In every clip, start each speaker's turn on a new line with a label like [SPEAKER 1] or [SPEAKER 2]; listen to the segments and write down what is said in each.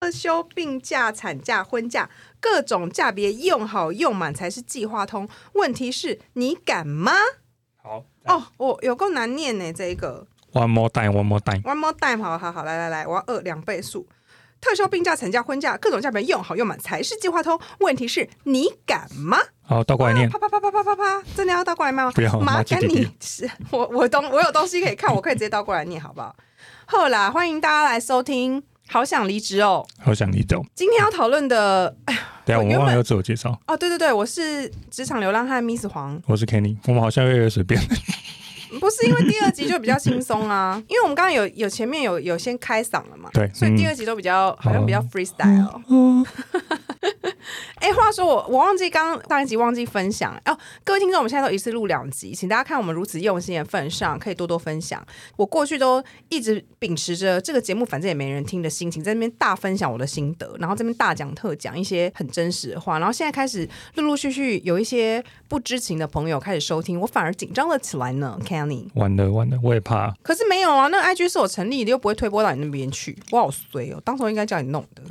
[SPEAKER 1] 特休、病假、产假、婚假，各种假别用好用满才是计划通。问题是你敢吗？
[SPEAKER 2] 好，
[SPEAKER 3] 哎
[SPEAKER 1] 哦，我有够难念呢，这一个。
[SPEAKER 3] One more time, one more time。
[SPEAKER 1] One more time，好好好，来来来，我要二两倍速。特休、病假、产假、婚假，各种假别用好用满才是计划通。问题是你敢吗？
[SPEAKER 3] 好，倒过来念。
[SPEAKER 1] 啪啪啪啪啪啪啪，真的要倒过来吗？
[SPEAKER 3] 哎不要
[SPEAKER 1] 麻
[SPEAKER 3] 麻吉
[SPEAKER 1] 烦
[SPEAKER 3] 弟弟
[SPEAKER 1] 你，是我我东我有东西可以看，我可以直接倒过来念，好不好？好啦，欢迎大家来收听，好想离职哦。
[SPEAKER 3] 好想你走。
[SPEAKER 1] 今天要讨论的，哎
[SPEAKER 3] 等一下
[SPEAKER 1] 我
[SPEAKER 3] 我们
[SPEAKER 1] 原
[SPEAKER 3] 忘
[SPEAKER 1] 本
[SPEAKER 3] 了要自我介绍，
[SPEAKER 1] 哦，对对对，我是职场流浪汉 Miss 黄，
[SPEAKER 3] 我是 Kenny。我们好像越来越随便。
[SPEAKER 1] 不是因为第二集就比较轻松啊，因为我们刚刚有有前面有有先开嗓了嘛，
[SPEAKER 3] 对
[SPEAKER 1] 所以第
[SPEAKER 3] 嗯
[SPEAKER 1] 二集都比较好像比较 freestyle。哎、话说我我忘记刚上一集忘记分享哦，各位听众，我们现在都一次录两集，请大家看我们如此用心的份上，可以多多分享。我过去都一直秉持着这个节目反正也没人听的心情，在那边大分享我的心得，然后这边大讲特讲一些很真实的话，然后现在开始陆陆续续有一些不知情的朋友开始收听，我反而紧张了起来呢，Kenny。
[SPEAKER 3] 完了完了，我 也怕。
[SPEAKER 1] 可是没有啊，那个 IG 是我成立的，又不会推播到你那边去。我好衰哦，当时候应该叫你弄的。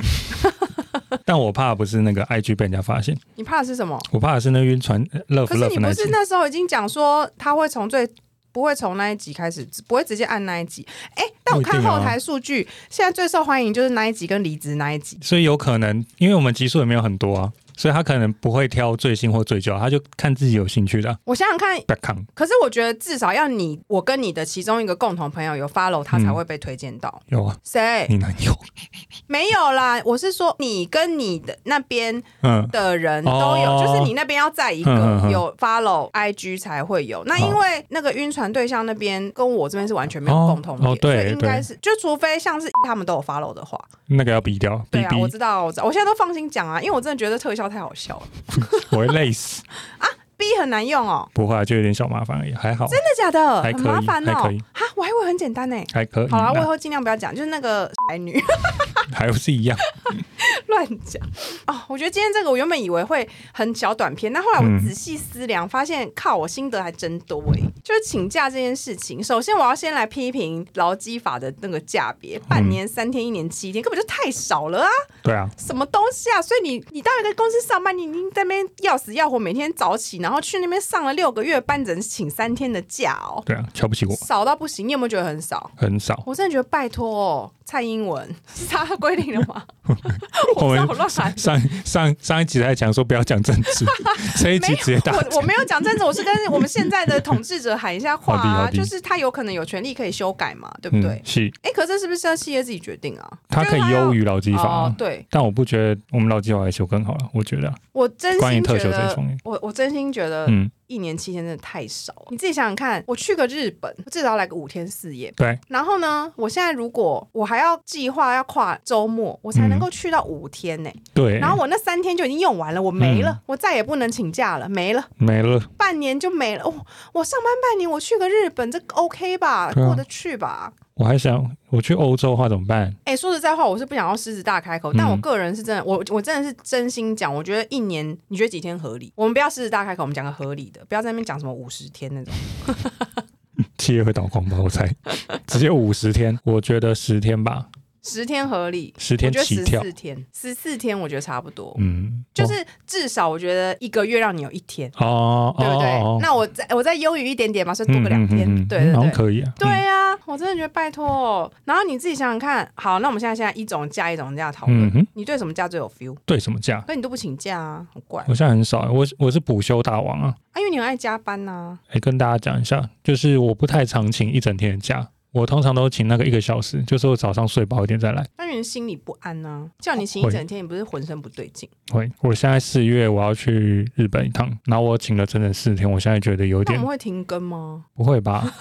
[SPEAKER 3] 但我怕不是那个 IG 被人家发现，
[SPEAKER 1] 你怕的是什么？
[SPEAKER 3] 我怕的是那晕船呃 love
[SPEAKER 1] 可是你
[SPEAKER 3] love
[SPEAKER 1] 不
[SPEAKER 3] 那
[SPEAKER 1] 是
[SPEAKER 3] 集。
[SPEAKER 1] 那时候已经讲说他会从最不会从那一集开始，只不会直接按那一集。哎、但我看
[SPEAKER 3] 不一定啊
[SPEAKER 1] 后台数据，现在最受欢迎就是那一集跟离职那一集。
[SPEAKER 3] 所以有可能，因为我们集数也没有很多啊，所以他可能不会挑最新或最旧啊，他就看自己有兴趣的啊。
[SPEAKER 1] 我想想看，
[SPEAKER 3] 不要看，
[SPEAKER 1] 可是我觉得至少要你，我跟你的其中一个共同朋友有 follow 他才会被推荐到。
[SPEAKER 3] 有啊，
[SPEAKER 1] 谁？
[SPEAKER 3] 嗯你男友。
[SPEAKER 1] 没有啦，我是说你跟你的那边
[SPEAKER 3] 嗯，
[SPEAKER 1] 的人都
[SPEAKER 3] 哦
[SPEAKER 1] 有，就是你那边要在一个
[SPEAKER 3] 嗯嗯嗯
[SPEAKER 1] 有 follow IG 才会有。那因为那个晕船对象那边跟我这边是完全没有
[SPEAKER 3] 哦
[SPEAKER 1] 共同点，
[SPEAKER 3] 哦对
[SPEAKER 1] 所以应该是就除非像是 他们都有 follow 的话，
[SPEAKER 3] 那个要逼掉，逼
[SPEAKER 1] 对啊，我
[SPEAKER 3] 逼，
[SPEAKER 1] 知道，我知道，我现在都放心讲啊，因为我真的觉得特效太好笑了
[SPEAKER 3] 我会累死。
[SPEAKER 1] ，B 很难用哦，
[SPEAKER 3] 不会啊，就有点小麻烦而已，还好，
[SPEAKER 1] 真的假的？
[SPEAKER 3] 还
[SPEAKER 1] 很
[SPEAKER 3] 可以
[SPEAKER 1] 麻烦哦，
[SPEAKER 3] 还可以
[SPEAKER 1] 哈，我还以为很简单呢。
[SPEAKER 3] 还可以
[SPEAKER 1] 好啦，
[SPEAKER 3] 啊。
[SPEAKER 1] 我以后尽量不要讲，就是那个 宅女
[SPEAKER 3] 还是一样。
[SPEAKER 1] 乱讲哦。我觉得今天这个我原本以为会很小短片，但后来我
[SPEAKER 3] 嗯
[SPEAKER 1] 仔细思量，发现靠，我心得还真多哎。就是请假这件事情，首先我要先来批评劳基法的那个价别，
[SPEAKER 3] 嗯
[SPEAKER 1] 半年、三天、一年、七天，根本就太少了啊！
[SPEAKER 3] 对啊，
[SPEAKER 1] 什么东西啊？所以你你到一个公司上班，你已经在那边要死要活，每天早起，然后去那边上了六个月班，只能请三天的假哦，
[SPEAKER 3] 对啊，瞧不起我，
[SPEAKER 1] 少到不行。你有没有觉得很少？
[SPEAKER 3] 很少。
[SPEAKER 1] 我真的觉得拜托哦，蔡英文 是他规定的 吗？
[SPEAKER 3] 我
[SPEAKER 1] 我知道
[SPEAKER 3] 们
[SPEAKER 1] 我乱喊的。
[SPEAKER 3] 上上上一集在讲说不要讲 政治，这一集直接打
[SPEAKER 1] 我我没有讲政治，我是跟我们现在的统治者喊一下话
[SPEAKER 3] 好的
[SPEAKER 1] 啊，
[SPEAKER 3] 好的
[SPEAKER 1] 就是他有可能有权利可以修改嘛，对不对
[SPEAKER 3] 嗯，？是
[SPEAKER 1] 哎、可是是不是要企业自己决定啊？
[SPEAKER 3] 他可以优
[SPEAKER 1] 于
[SPEAKER 3] 于劳基法啊、
[SPEAKER 1] 哦，对，
[SPEAKER 3] 但我不觉得我们劳基法还修更好了，我觉得啊、
[SPEAKER 1] 我真
[SPEAKER 3] 关于
[SPEAKER 1] 心
[SPEAKER 3] 特
[SPEAKER 1] 觉
[SPEAKER 3] 休这一
[SPEAKER 1] 得
[SPEAKER 3] 方面，
[SPEAKER 1] 我我真心觉得
[SPEAKER 3] 嗯，
[SPEAKER 1] 一年七天真的太少了。你自己想想看，我去个日本，我至少来个五天四夜。
[SPEAKER 3] 对，
[SPEAKER 1] 然后呢，我现在如果我还要计划要跨周末，我才能够去到五天呢、
[SPEAKER 3] 嗯对，嗯
[SPEAKER 1] 然后我那三天就已经用完了，我没了，我再也不能请假了，没了，
[SPEAKER 3] 没了，
[SPEAKER 1] 半年就没了。哦，我上班半年，我去个日本，这个 OK 吧，
[SPEAKER 3] 对啊
[SPEAKER 1] 过得去吧？
[SPEAKER 3] 我还想我去欧洲的话怎么办？
[SPEAKER 1] 哎、说实在话，我是不想要狮子大开口，
[SPEAKER 3] 嗯
[SPEAKER 1] 但我个人是真的，我我真的是真心讲，我觉得一年你觉得几天合理？我们不要狮子大开口，我们讲个合理的，不要在那边讲什么五十天那种。
[SPEAKER 3] 企业会倒光吧？我猜，直接五十天，我觉得十天吧，
[SPEAKER 1] 十天合理，
[SPEAKER 3] 十
[SPEAKER 1] 我
[SPEAKER 3] 天
[SPEAKER 1] 觉得
[SPEAKER 3] 起
[SPEAKER 1] 十
[SPEAKER 3] 跳
[SPEAKER 1] 四，天，十四天我觉得差不多，
[SPEAKER 3] 嗯，
[SPEAKER 1] 就是至少我觉得一个月让你有一天，
[SPEAKER 3] 哦，
[SPEAKER 1] 对不对？
[SPEAKER 3] 哦哦
[SPEAKER 1] 那我再我再优于一点点嘛，所以多个两天，
[SPEAKER 3] 嗯嗯嗯嗯
[SPEAKER 1] 对对
[SPEAKER 3] 好
[SPEAKER 1] 对
[SPEAKER 3] 像。可以啊，
[SPEAKER 1] 对
[SPEAKER 3] 嗯，
[SPEAKER 1] 呀、啊，我真的觉得拜托哦、然后你自己想想看，好，那我们现在现在一种假一种假讨论，
[SPEAKER 3] 嗯哼，
[SPEAKER 1] 你对什么假最有 feel？
[SPEAKER 3] 对什么价？
[SPEAKER 1] 可你都不请假啊，很怪啊
[SPEAKER 3] 我现在很少，我我是补休大王啊，
[SPEAKER 1] 啊，因为你很爱加班呐、
[SPEAKER 3] 哎，跟大家讲一下，就是我不太常请一整天的假，我通常都请那个一个小时，就是我早上睡饱一点再来。
[SPEAKER 1] 但人心里不安呐、叫你请一
[SPEAKER 3] 哦
[SPEAKER 1] 整天，你不是浑身不对劲？
[SPEAKER 3] 会，我现在四月我要去日本一趟，然后我请了整整四天，我现在觉得有
[SPEAKER 1] 那我
[SPEAKER 3] 点
[SPEAKER 1] 们会停更吗？
[SPEAKER 3] 不会吧？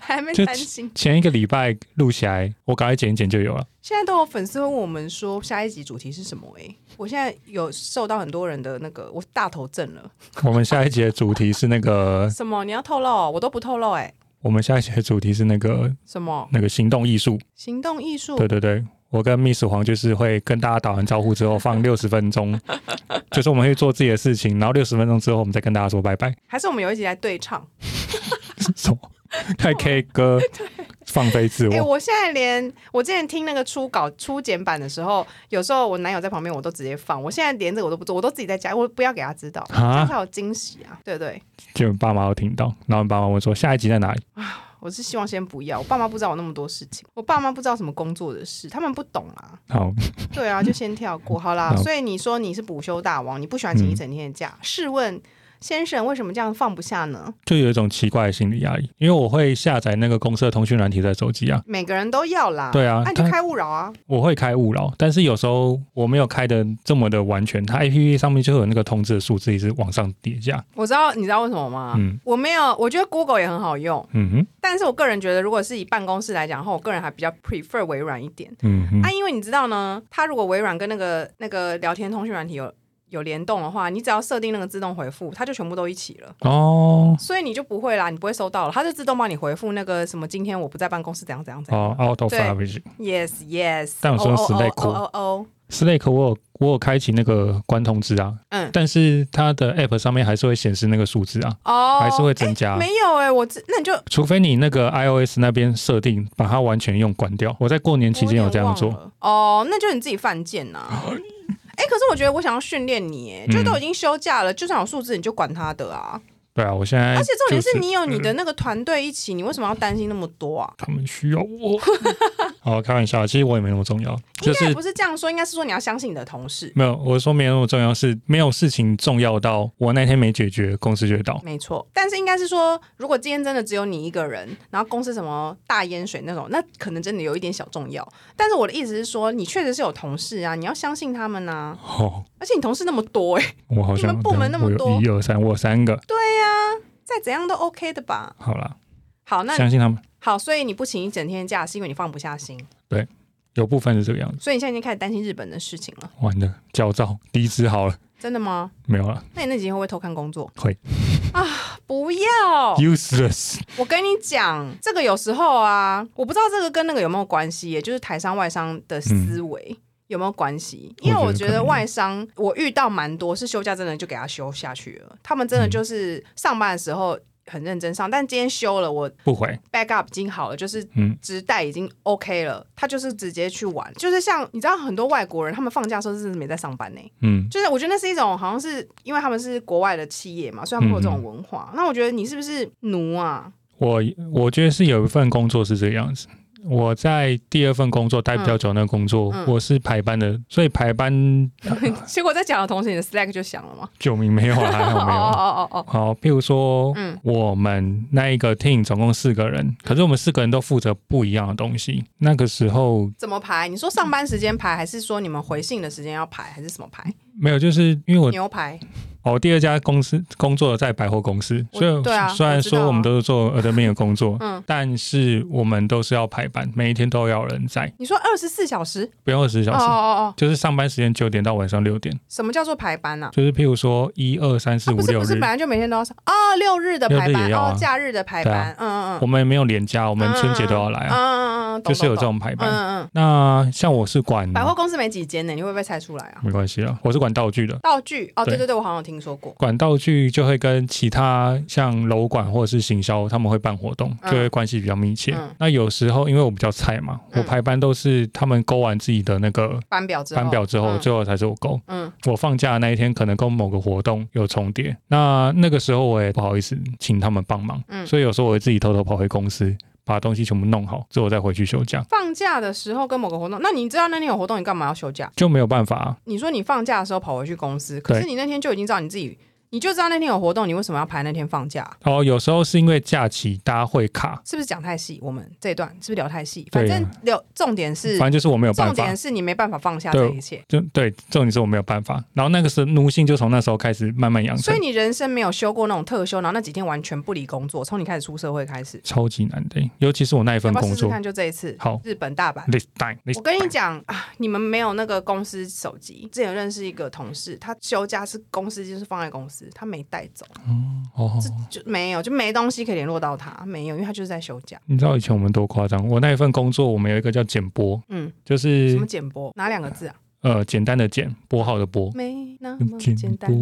[SPEAKER 1] 还没
[SPEAKER 3] 就
[SPEAKER 1] 担心。
[SPEAKER 3] 前一个礼拜录起来，我赶快剪一剪就有了。
[SPEAKER 1] 现在都有粉丝问我们说下一集主题是什么、欸？哎，我现在有受到很多人的那个，我大头症了。
[SPEAKER 3] 我们下一节主题是那个，
[SPEAKER 1] 什么？你要透露哦、我都不透露哎、
[SPEAKER 3] 我们下一节主题是那个
[SPEAKER 1] 什么
[SPEAKER 3] 那个行动艺术。
[SPEAKER 1] 行动艺术？
[SPEAKER 3] 对对对，我跟 Miss 黄就是会跟大家打完招呼之后放六十分钟， 就是我们会做自己的事情，然后六十分钟之后我们再跟大家说拜拜。
[SPEAKER 1] 还是我们有一集来对唱？
[SPEAKER 3] 什么？开 K 歌，放飞自
[SPEAKER 1] 哎、
[SPEAKER 3] 我。
[SPEAKER 1] 我现在连我之前听那个初稿初剪版的时候，有时候我男友在旁边，我都直接放。我现在连这个我都不做，我都自己在家，我不要给他知道，这
[SPEAKER 3] 啊
[SPEAKER 1] 样才有惊喜啊！对对，
[SPEAKER 3] 就你爸妈有听到，然后你爸妈问说下一集在哪里？
[SPEAKER 1] 我是希望先不要。我爸妈不知道我那么多事情，我爸妈不知道什么工作的事，他们不懂啊。
[SPEAKER 3] 好，
[SPEAKER 1] 对啊，就先跳过好啦。
[SPEAKER 3] 好嗯
[SPEAKER 1] 所以你说你是补休大王，你不喜欢请一整天的假，试问先生为什么这样放不下呢？
[SPEAKER 3] 就有一种奇怪的心理压力，因为我会下载那个公社通讯软体在手机啊，
[SPEAKER 1] 每个人都要啦，
[SPEAKER 3] 对啊
[SPEAKER 1] 那、你就
[SPEAKER 3] 他
[SPEAKER 1] 开勿扰啊。
[SPEAKER 3] 我会开勿扰，但是有时候我没有开的这么的完全，它 A P P 上面就会有那个通知的数字一直往上叠加。
[SPEAKER 1] 我知道，你知道为什么吗？
[SPEAKER 3] 嗯
[SPEAKER 1] 我没有，我觉得 Google 也很好用，
[SPEAKER 3] 嗯哼，
[SPEAKER 1] 但是我个人觉得，如果是以办公室来讲的话，我个人还比较 prefer 微软一点。
[SPEAKER 3] 嗯哼，
[SPEAKER 1] 啊，因为你知道呢，它如果微软跟那个那个聊天通讯软体有有联动的话，你只要设定那个自动回复，它就全部都一起了，
[SPEAKER 3] 哦
[SPEAKER 1] 所以你就不会啦，你不会收到了，它就自动帮你回复那个什么今天我不在办公室怎样怎样怎样。
[SPEAKER 3] 哦，out of
[SPEAKER 1] 对
[SPEAKER 3] average。
[SPEAKER 1] Yes, yes。
[SPEAKER 3] 但我说
[SPEAKER 1] 哦哦哦
[SPEAKER 3] Slack
[SPEAKER 1] 哦哦哦，
[SPEAKER 3] Slack 我有我有开启那个关通知啊，
[SPEAKER 1] 嗯，
[SPEAKER 3] 但是它的 App 上面还是会显示那个数字啊，
[SPEAKER 1] 哦，
[SPEAKER 3] 还是会增加。
[SPEAKER 1] 没有哎、我这那你就
[SPEAKER 3] 除非你那个 iOS 那边设定把它完全用关掉。我在过年期间有这样
[SPEAKER 1] 我
[SPEAKER 3] 做，
[SPEAKER 1] 点忘了哦，那就你自己犯贱 呐、哎、可是我觉得我想要训练你，哎，
[SPEAKER 3] 嗯
[SPEAKER 1] 就都已经休假了，就算有数字你就管他的啊。
[SPEAKER 3] 对啊，我现在
[SPEAKER 1] 而且重点
[SPEAKER 3] 就是嗯
[SPEAKER 1] 你有你的那个团队一起，你为什么要担心那么多啊？
[SPEAKER 3] 他们需 要我。好，开玩笑，其实我也没那么重要，就
[SPEAKER 1] 应该
[SPEAKER 3] 是
[SPEAKER 1] 不是这样说，应该是说你要相信你的同事。
[SPEAKER 3] 没有我说没有那么重要，是没有事情重要到我那天没解决，公司就会倒。
[SPEAKER 1] 没错，但是应该是说，如果今天真的只有你一个人，然后公司什么大淹水那种，那可能真的有一点小重要。但是我的意思是说，你确实是有同事啊，你要相信他们呐、
[SPEAKER 3] 哦，
[SPEAKER 1] 而且你同事那么多哎、
[SPEAKER 3] 我好
[SPEAKER 1] 你
[SPEAKER 3] 像
[SPEAKER 1] 们部门那么多
[SPEAKER 3] 我有一二三，我有三个。
[SPEAKER 1] 再怎样都 OK 的吧。
[SPEAKER 3] 好啦，
[SPEAKER 1] 好，那
[SPEAKER 3] 相信他们，
[SPEAKER 1] 好，所以你不请一整天的假，是因为你放不下心，
[SPEAKER 3] 有部分是这个样子。
[SPEAKER 1] 所以你现在已经开始担心日本的事情了，
[SPEAKER 3] 完了，焦躁，离职好了，
[SPEAKER 1] 真的吗？
[SPEAKER 3] 没有了、
[SPEAKER 1] 那你那几天会不会偷看工作？
[SPEAKER 3] 会
[SPEAKER 1] 啊，不要！
[SPEAKER 3] u s e l e s s
[SPEAKER 1] 我跟你讲，这个有时候啊，我不知道这个跟那个有没有关系耶，也就是台商外商的思维。有没有关系？因为我
[SPEAKER 3] 嗯我
[SPEAKER 1] 觉
[SPEAKER 3] 觉得可能
[SPEAKER 1] 得外商，我遇到蛮多是休假真的就给他休下去了。他们真的就是上班的时候很认真上，但今天休了，我
[SPEAKER 3] 不回。
[SPEAKER 1] back up 已经好了，就是
[SPEAKER 3] 嗯
[SPEAKER 1] 直带已经 OK 了，他就是直接去玩。就是像你知道很多外国人，他们放假的时候真的是没在上班呢、
[SPEAKER 3] 嗯，
[SPEAKER 1] 就是我觉得那是一种好像是因为他们是国外的企业嘛，所以他们会有
[SPEAKER 3] 嗯
[SPEAKER 1] 这种文化。那我觉得你是不是奴啊？
[SPEAKER 3] 我我觉得是有一份工作是这个样子。我在第二份工作待比较久，那个工作、
[SPEAKER 1] 嗯
[SPEAKER 3] 我是排班的，所以排班
[SPEAKER 1] 结果在讲的同时，你的 Slack 就响了吗？
[SPEAKER 3] 救命没有啊，还
[SPEAKER 1] 哦
[SPEAKER 3] 好没有
[SPEAKER 1] 哦
[SPEAKER 3] 啊。
[SPEAKER 1] 哦哦哦，
[SPEAKER 3] 好，譬如说，
[SPEAKER 1] 嗯
[SPEAKER 3] 我们那一个 team 总共四个人，可是我们四个人都负责不一样的东西。那个时候
[SPEAKER 1] 怎么排？你说上班时间排，还是说你们回信的时间要排，还是什么排？
[SPEAKER 3] 没有，就是因为我
[SPEAKER 1] 牛排？
[SPEAKER 3] 哦，我第二家公司工作在百货公司，
[SPEAKER 1] 我
[SPEAKER 3] 所以
[SPEAKER 1] 对啊
[SPEAKER 3] 虽
[SPEAKER 1] 我
[SPEAKER 3] 然
[SPEAKER 1] 知道啊
[SPEAKER 3] 说我们都是做 admin 的工作，
[SPEAKER 1] 嗯
[SPEAKER 3] 但是我们都是要排班，每一天都要有人在，
[SPEAKER 1] 你说二十四小时？
[SPEAKER 3] 不用二十
[SPEAKER 1] 哦
[SPEAKER 3] 小时。
[SPEAKER 1] 哦哦，
[SPEAKER 3] 就是上班时间九点到晚上六点，
[SPEAKER 1] 什么叫做排班啊？
[SPEAKER 3] 就是譬如说一二三四
[SPEAKER 1] 啊
[SPEAKER 3] 五
[SPEAKER 1] 不是
[SPEAKER 3] 六
[SPEAKER 1] 不是，
[SPEAKER 3] 日
[SPEAKER 1] 本，来就每天都要上啊，六日的
[SPEAKER 3] 六
[SPEAKER 1] 排
[SPEAKER 3] 日
[SPEAKER 1] 班
[SPEAKER 3] 也要啊
[SPEAKER 1] 哦，假日的排
[SPEAKER 3] 对
[SPEAKER 1] 班
[SPEAKER 3] 啊，
[SPEAKER 1] 嗯嗯
[SPEAKER 3] 我
[SPEAKER 1] 嗯，
[SPEAKER 3] 们没有连假，我
[SPEAKER 1] 我
[SPEAKER 3] 们春节都要来
[SPEAKER 1] 嗯
[SPEAKER 3] 啊，
[SPEAKER 1] 嗯嗯嗯，懂
[SPEAKER 3] 就是有这，
[SPEAKER 1] 懂
[SPEAKER 3] 种排
[SPEAKER 1] 懂
[SPEAKER 3] 班。
[SPEAKER 1] 嗯嗯
[SPEAKER 3] 那像我是管
[SPEAKER 1] 嗯，百货公司没几间呢，你会不会猜出来啊？
[SPEAKER 3] 没关系啊，我是管道具的。
[SPEAKER 1] 道具哦，
[SPEAKER 3] 对
[SPEAKER 1] 对对对，我好像有听说过，
[SPEAKER 3] 管道具就会跟其他像楼管或者是行销，他们会办活动，
[SPEAKER 1] 嗯
[SPEAKER 3] 就会关系比较密切。
[SPEAKER 1] 嗯
[SPEAKER 3] 那有时候因为我比较菜嘛，
[SPEAKER 1] 嗯
[SPEAKER 3] 我排班都是他们勾完自己的那个
[SPEAKER 1] 班表之后，
[SPEAKER 3] 班表之后，
[SPEAKER 1] 嗯
[SPEAKER 3] 最后才是我勾。
[SPEAKER 1] 嗯，
[SPEAKER 3] 我放假的那一天可能跟某个活动有重叠，那那个时候我也不好意思请他们帮忙，
[SPEAKER 1] 嗯
[SPEAKER 3] 所以有时候我会自己偷偷跑回公司把东西全部弄好，之后再回去休假，
[SPEAKER 1] 放假的时候跟某个活动，那你知道那天有活动，你干嘛要休假？
[SPEAKER 3] 就没有办法、啊。
[SPEAKER 1] 你说你放假的时候跑回去公司，可是
[SPEAKER 3] 对
[SPEAKER 1] 你那天就已经知道你自己，你就知道那天有活动，你为什么要排那天放假？
[SPEAKER 3] 哦，有时候是因为假期大家会卡，
[SPEAKER 1] 是不是讲太细？我们这一段是不是聊太细？反
[SPEAKER 3] 对啊
[SPEAKER 1] 正聊重点是
[SPEAKER 3] 反，正就是我没有办
[SPEAKER 1] 重
[SPEAKER 3] 法
[SPEAKER 1] 点。是你没办法放下这
[SPEAKER 3] 对
[SPEAKER 1] 一切，
[SPEAKER 3] 就对，重点是我没有办法。然后那个时候奴性就从那时候开始慢慢养
[SPEAKER 1] 所
[SPEAKER 3] 成
[SPEAKER 1] 以，你人生没有休过那种特休，然后那几天完全不离工作，从你开始出社会开始。
[SPEAKER 3] 超级难的，尤其是我那一
[SPEAKER 1] 要
[SPEAKER 3] 份
[SPEAKER 1] 不要
[SPEAKER 3] 工
[SPEAKER 1] 试试
[SPEAKER 3] 作。
[SPEAKER 1] 看？就这一次，
[SPEAKER 3] 好嗯
[SPEAKER 1] 日本大阪。
[SPEAKER 3] This time, this
[SPEAKER 1] 我跟你讲啊，你们没有那个公司手机。之前认识一个同事，他休假是公司就是放在公司，他没带走，
[SPEAKER 3] 哦，
[SPEAKER 1] 就没有就没东西可以联络到他，没有，因为他就是在休假。
[SPEAKER 3] 你知道以前我们多夸张？我那一份工作，我们有一个叫简播，
[SPEAKER 1] 嗯，
[SPEAKER 3] 就
[SPEAKER 1] 什
[SPEAKER 3] 是
[SPEAKER 1] 么简播？哪两个字啊？
[SPEAKER 3] 呃简单的简，拨号的拨，
[SPEAKER 1] 没那么
[SPEAKER 3] 简
[SPEAKER 1] 简单。
[SPEAKER 3] 播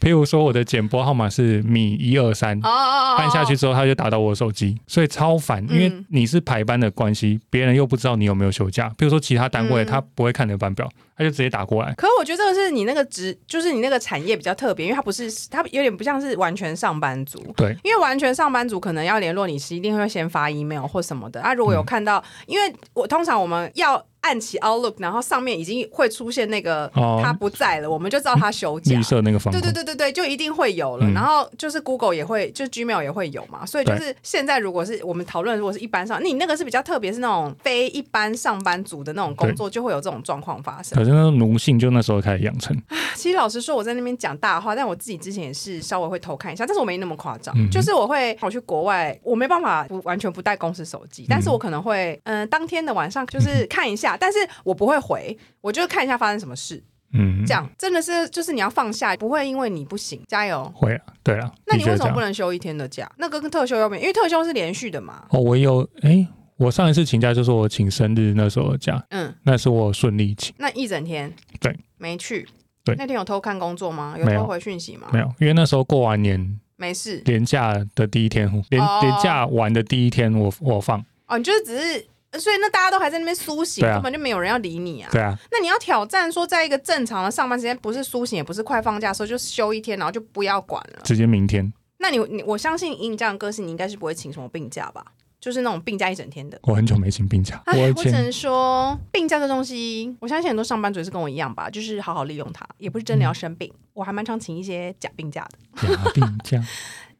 [SPEAKER 3] 譬如说我的简拨号码是米一二三，
[SPEAKER 1] 哦哦哦，
[SPEAKER 3] 按下去之后他就打到我手机，所以超烦，因为
[SPEAKER 1] 嗯
[SPEAKER 3] 你是排班的关系，别人又不知道你有没有休假。譬如说其他单位
[SPEAKER 1] 嗯
[SPEAKER 3] 他不会看你的班表，他就直接打过来。
[SPEAKER 1] 可我觉得这个是你那个职，就是你那个产业比较特别，因为它不是，它有点不像是完全上班族。
[SPEAKER 3] 对，
[SPEAKER 1] 因为完全上班族可能要联络你是一定会先发 email 或什么的。啊，如果有看到，因为我通常我们要按起 Outlook，然后上面已经会出现那个
[SPEAKER 3] 哦
[SPEAKER 1] 他不在了，我们就知道他休假
[SPEAKER 3] 绿。色那个方
[SPEAKER 1] 对
[SPEAKER 3] 框，
[SPEAKER 1] 对对对对，就一定会有了。
[SPEAKER 3] 嗯
[SPEAKER 1] 然后就是 Google 也会，就 Gmail 也会有嘛。所以就是现在，如果是我们讨论，如果是一般上，你那个是比较特别，是那种非一般上班族的那种工作，就会有这种状况发生。
[SPEAKER 3] 可是那种奴性就那时候开始养成。
[SPEAKER 1] 其实老实说，我在那边讲大话，但我自己之前也是稍微会偷看一下，但是我没那么夸张。
[SPEAKER 3] 嗯
[SPEAKER 1] 就是我会我去国外，我没办法不完全不带公司手机，但是我可能会嗯、呃当天的晚上就是看一下，但是我不会回，我就看一下发生什么事。
[SPEAKER 3] 嗯，
[SPEAKER 1] 这样真的是就是你要放下，不会因为你不行，加油。
[SPEAKER 3] 会啊，对啊。
[SPEAKER 1] 那你
[SPEAKER 3] 的确
[SPEAKER 1] 为什
[SPEAKER 3] 是这
[SPEAKER 1] 么
[SPEAKER 3] 样
[SPEAKER 1] 不能休一天的假？那个跟特休又没，因为特休是连续的嘛。
[SPEAKER 3] 哦，我有诶，我上一次请假就是我请生日那时候的假，
[SPEAKER 1] 嗯，
[SPEAKER 3] 那是我顺利请，
[SPEAKER 1] 那一整天
[SPEAKER 3] 对
[SPEAKER 1] 没去。
[SPEAKER 3] 对
[SPEAKER 1] 那天有偷看工作吗？有
[SPEAKER 3] 没有
[SPEAKER 1] 偷回讯息吗？
[SPEAKER 3] 没有，因为那时候过完年
[SPEAKER 1] 没事
[SPEAKER 3] 连假的第一天，连
[SPEAKER 1] 哦
[SPEAKER 3] 连假完的第一天我我放，
[SPEAKER 1] 哦，你就是只是，所以那大家都还在那边苏醒，
[SPEAKER 3] 对啊
[SPEAKER 1] 根本就没有人要理你啊。
[SPEAKER 3] 对啊，
[SPEAKER 1] 那你要挑战说，在一个正常的上班时间，不是苏醒也不是快放假的时候，就休一天，然后就不要管了。
[SPEAKER 3] 直接明天，
[SPEAKER 1] 那你你我相信以你这样的个性，你应该是不会请什么病假吧？就是那种病假一整天的。
[SPEAKER 3] 我很久没请病假，
[SPEAKER 1] 哎，
[SPEAKER 3] 以
[SPEAKER 1] 我只
[SPEAKER 3] 前
[SPEAKER 1] 能说，病假这东西，我相信很多上班族也是跟我一样吧，就是好好利用它，也不是真的
[SPEAKER 3] 嗯
[SPEAKER 1] 要生病。我还蛮常请一些假病假的。
[SPEAKER 3] 假病假，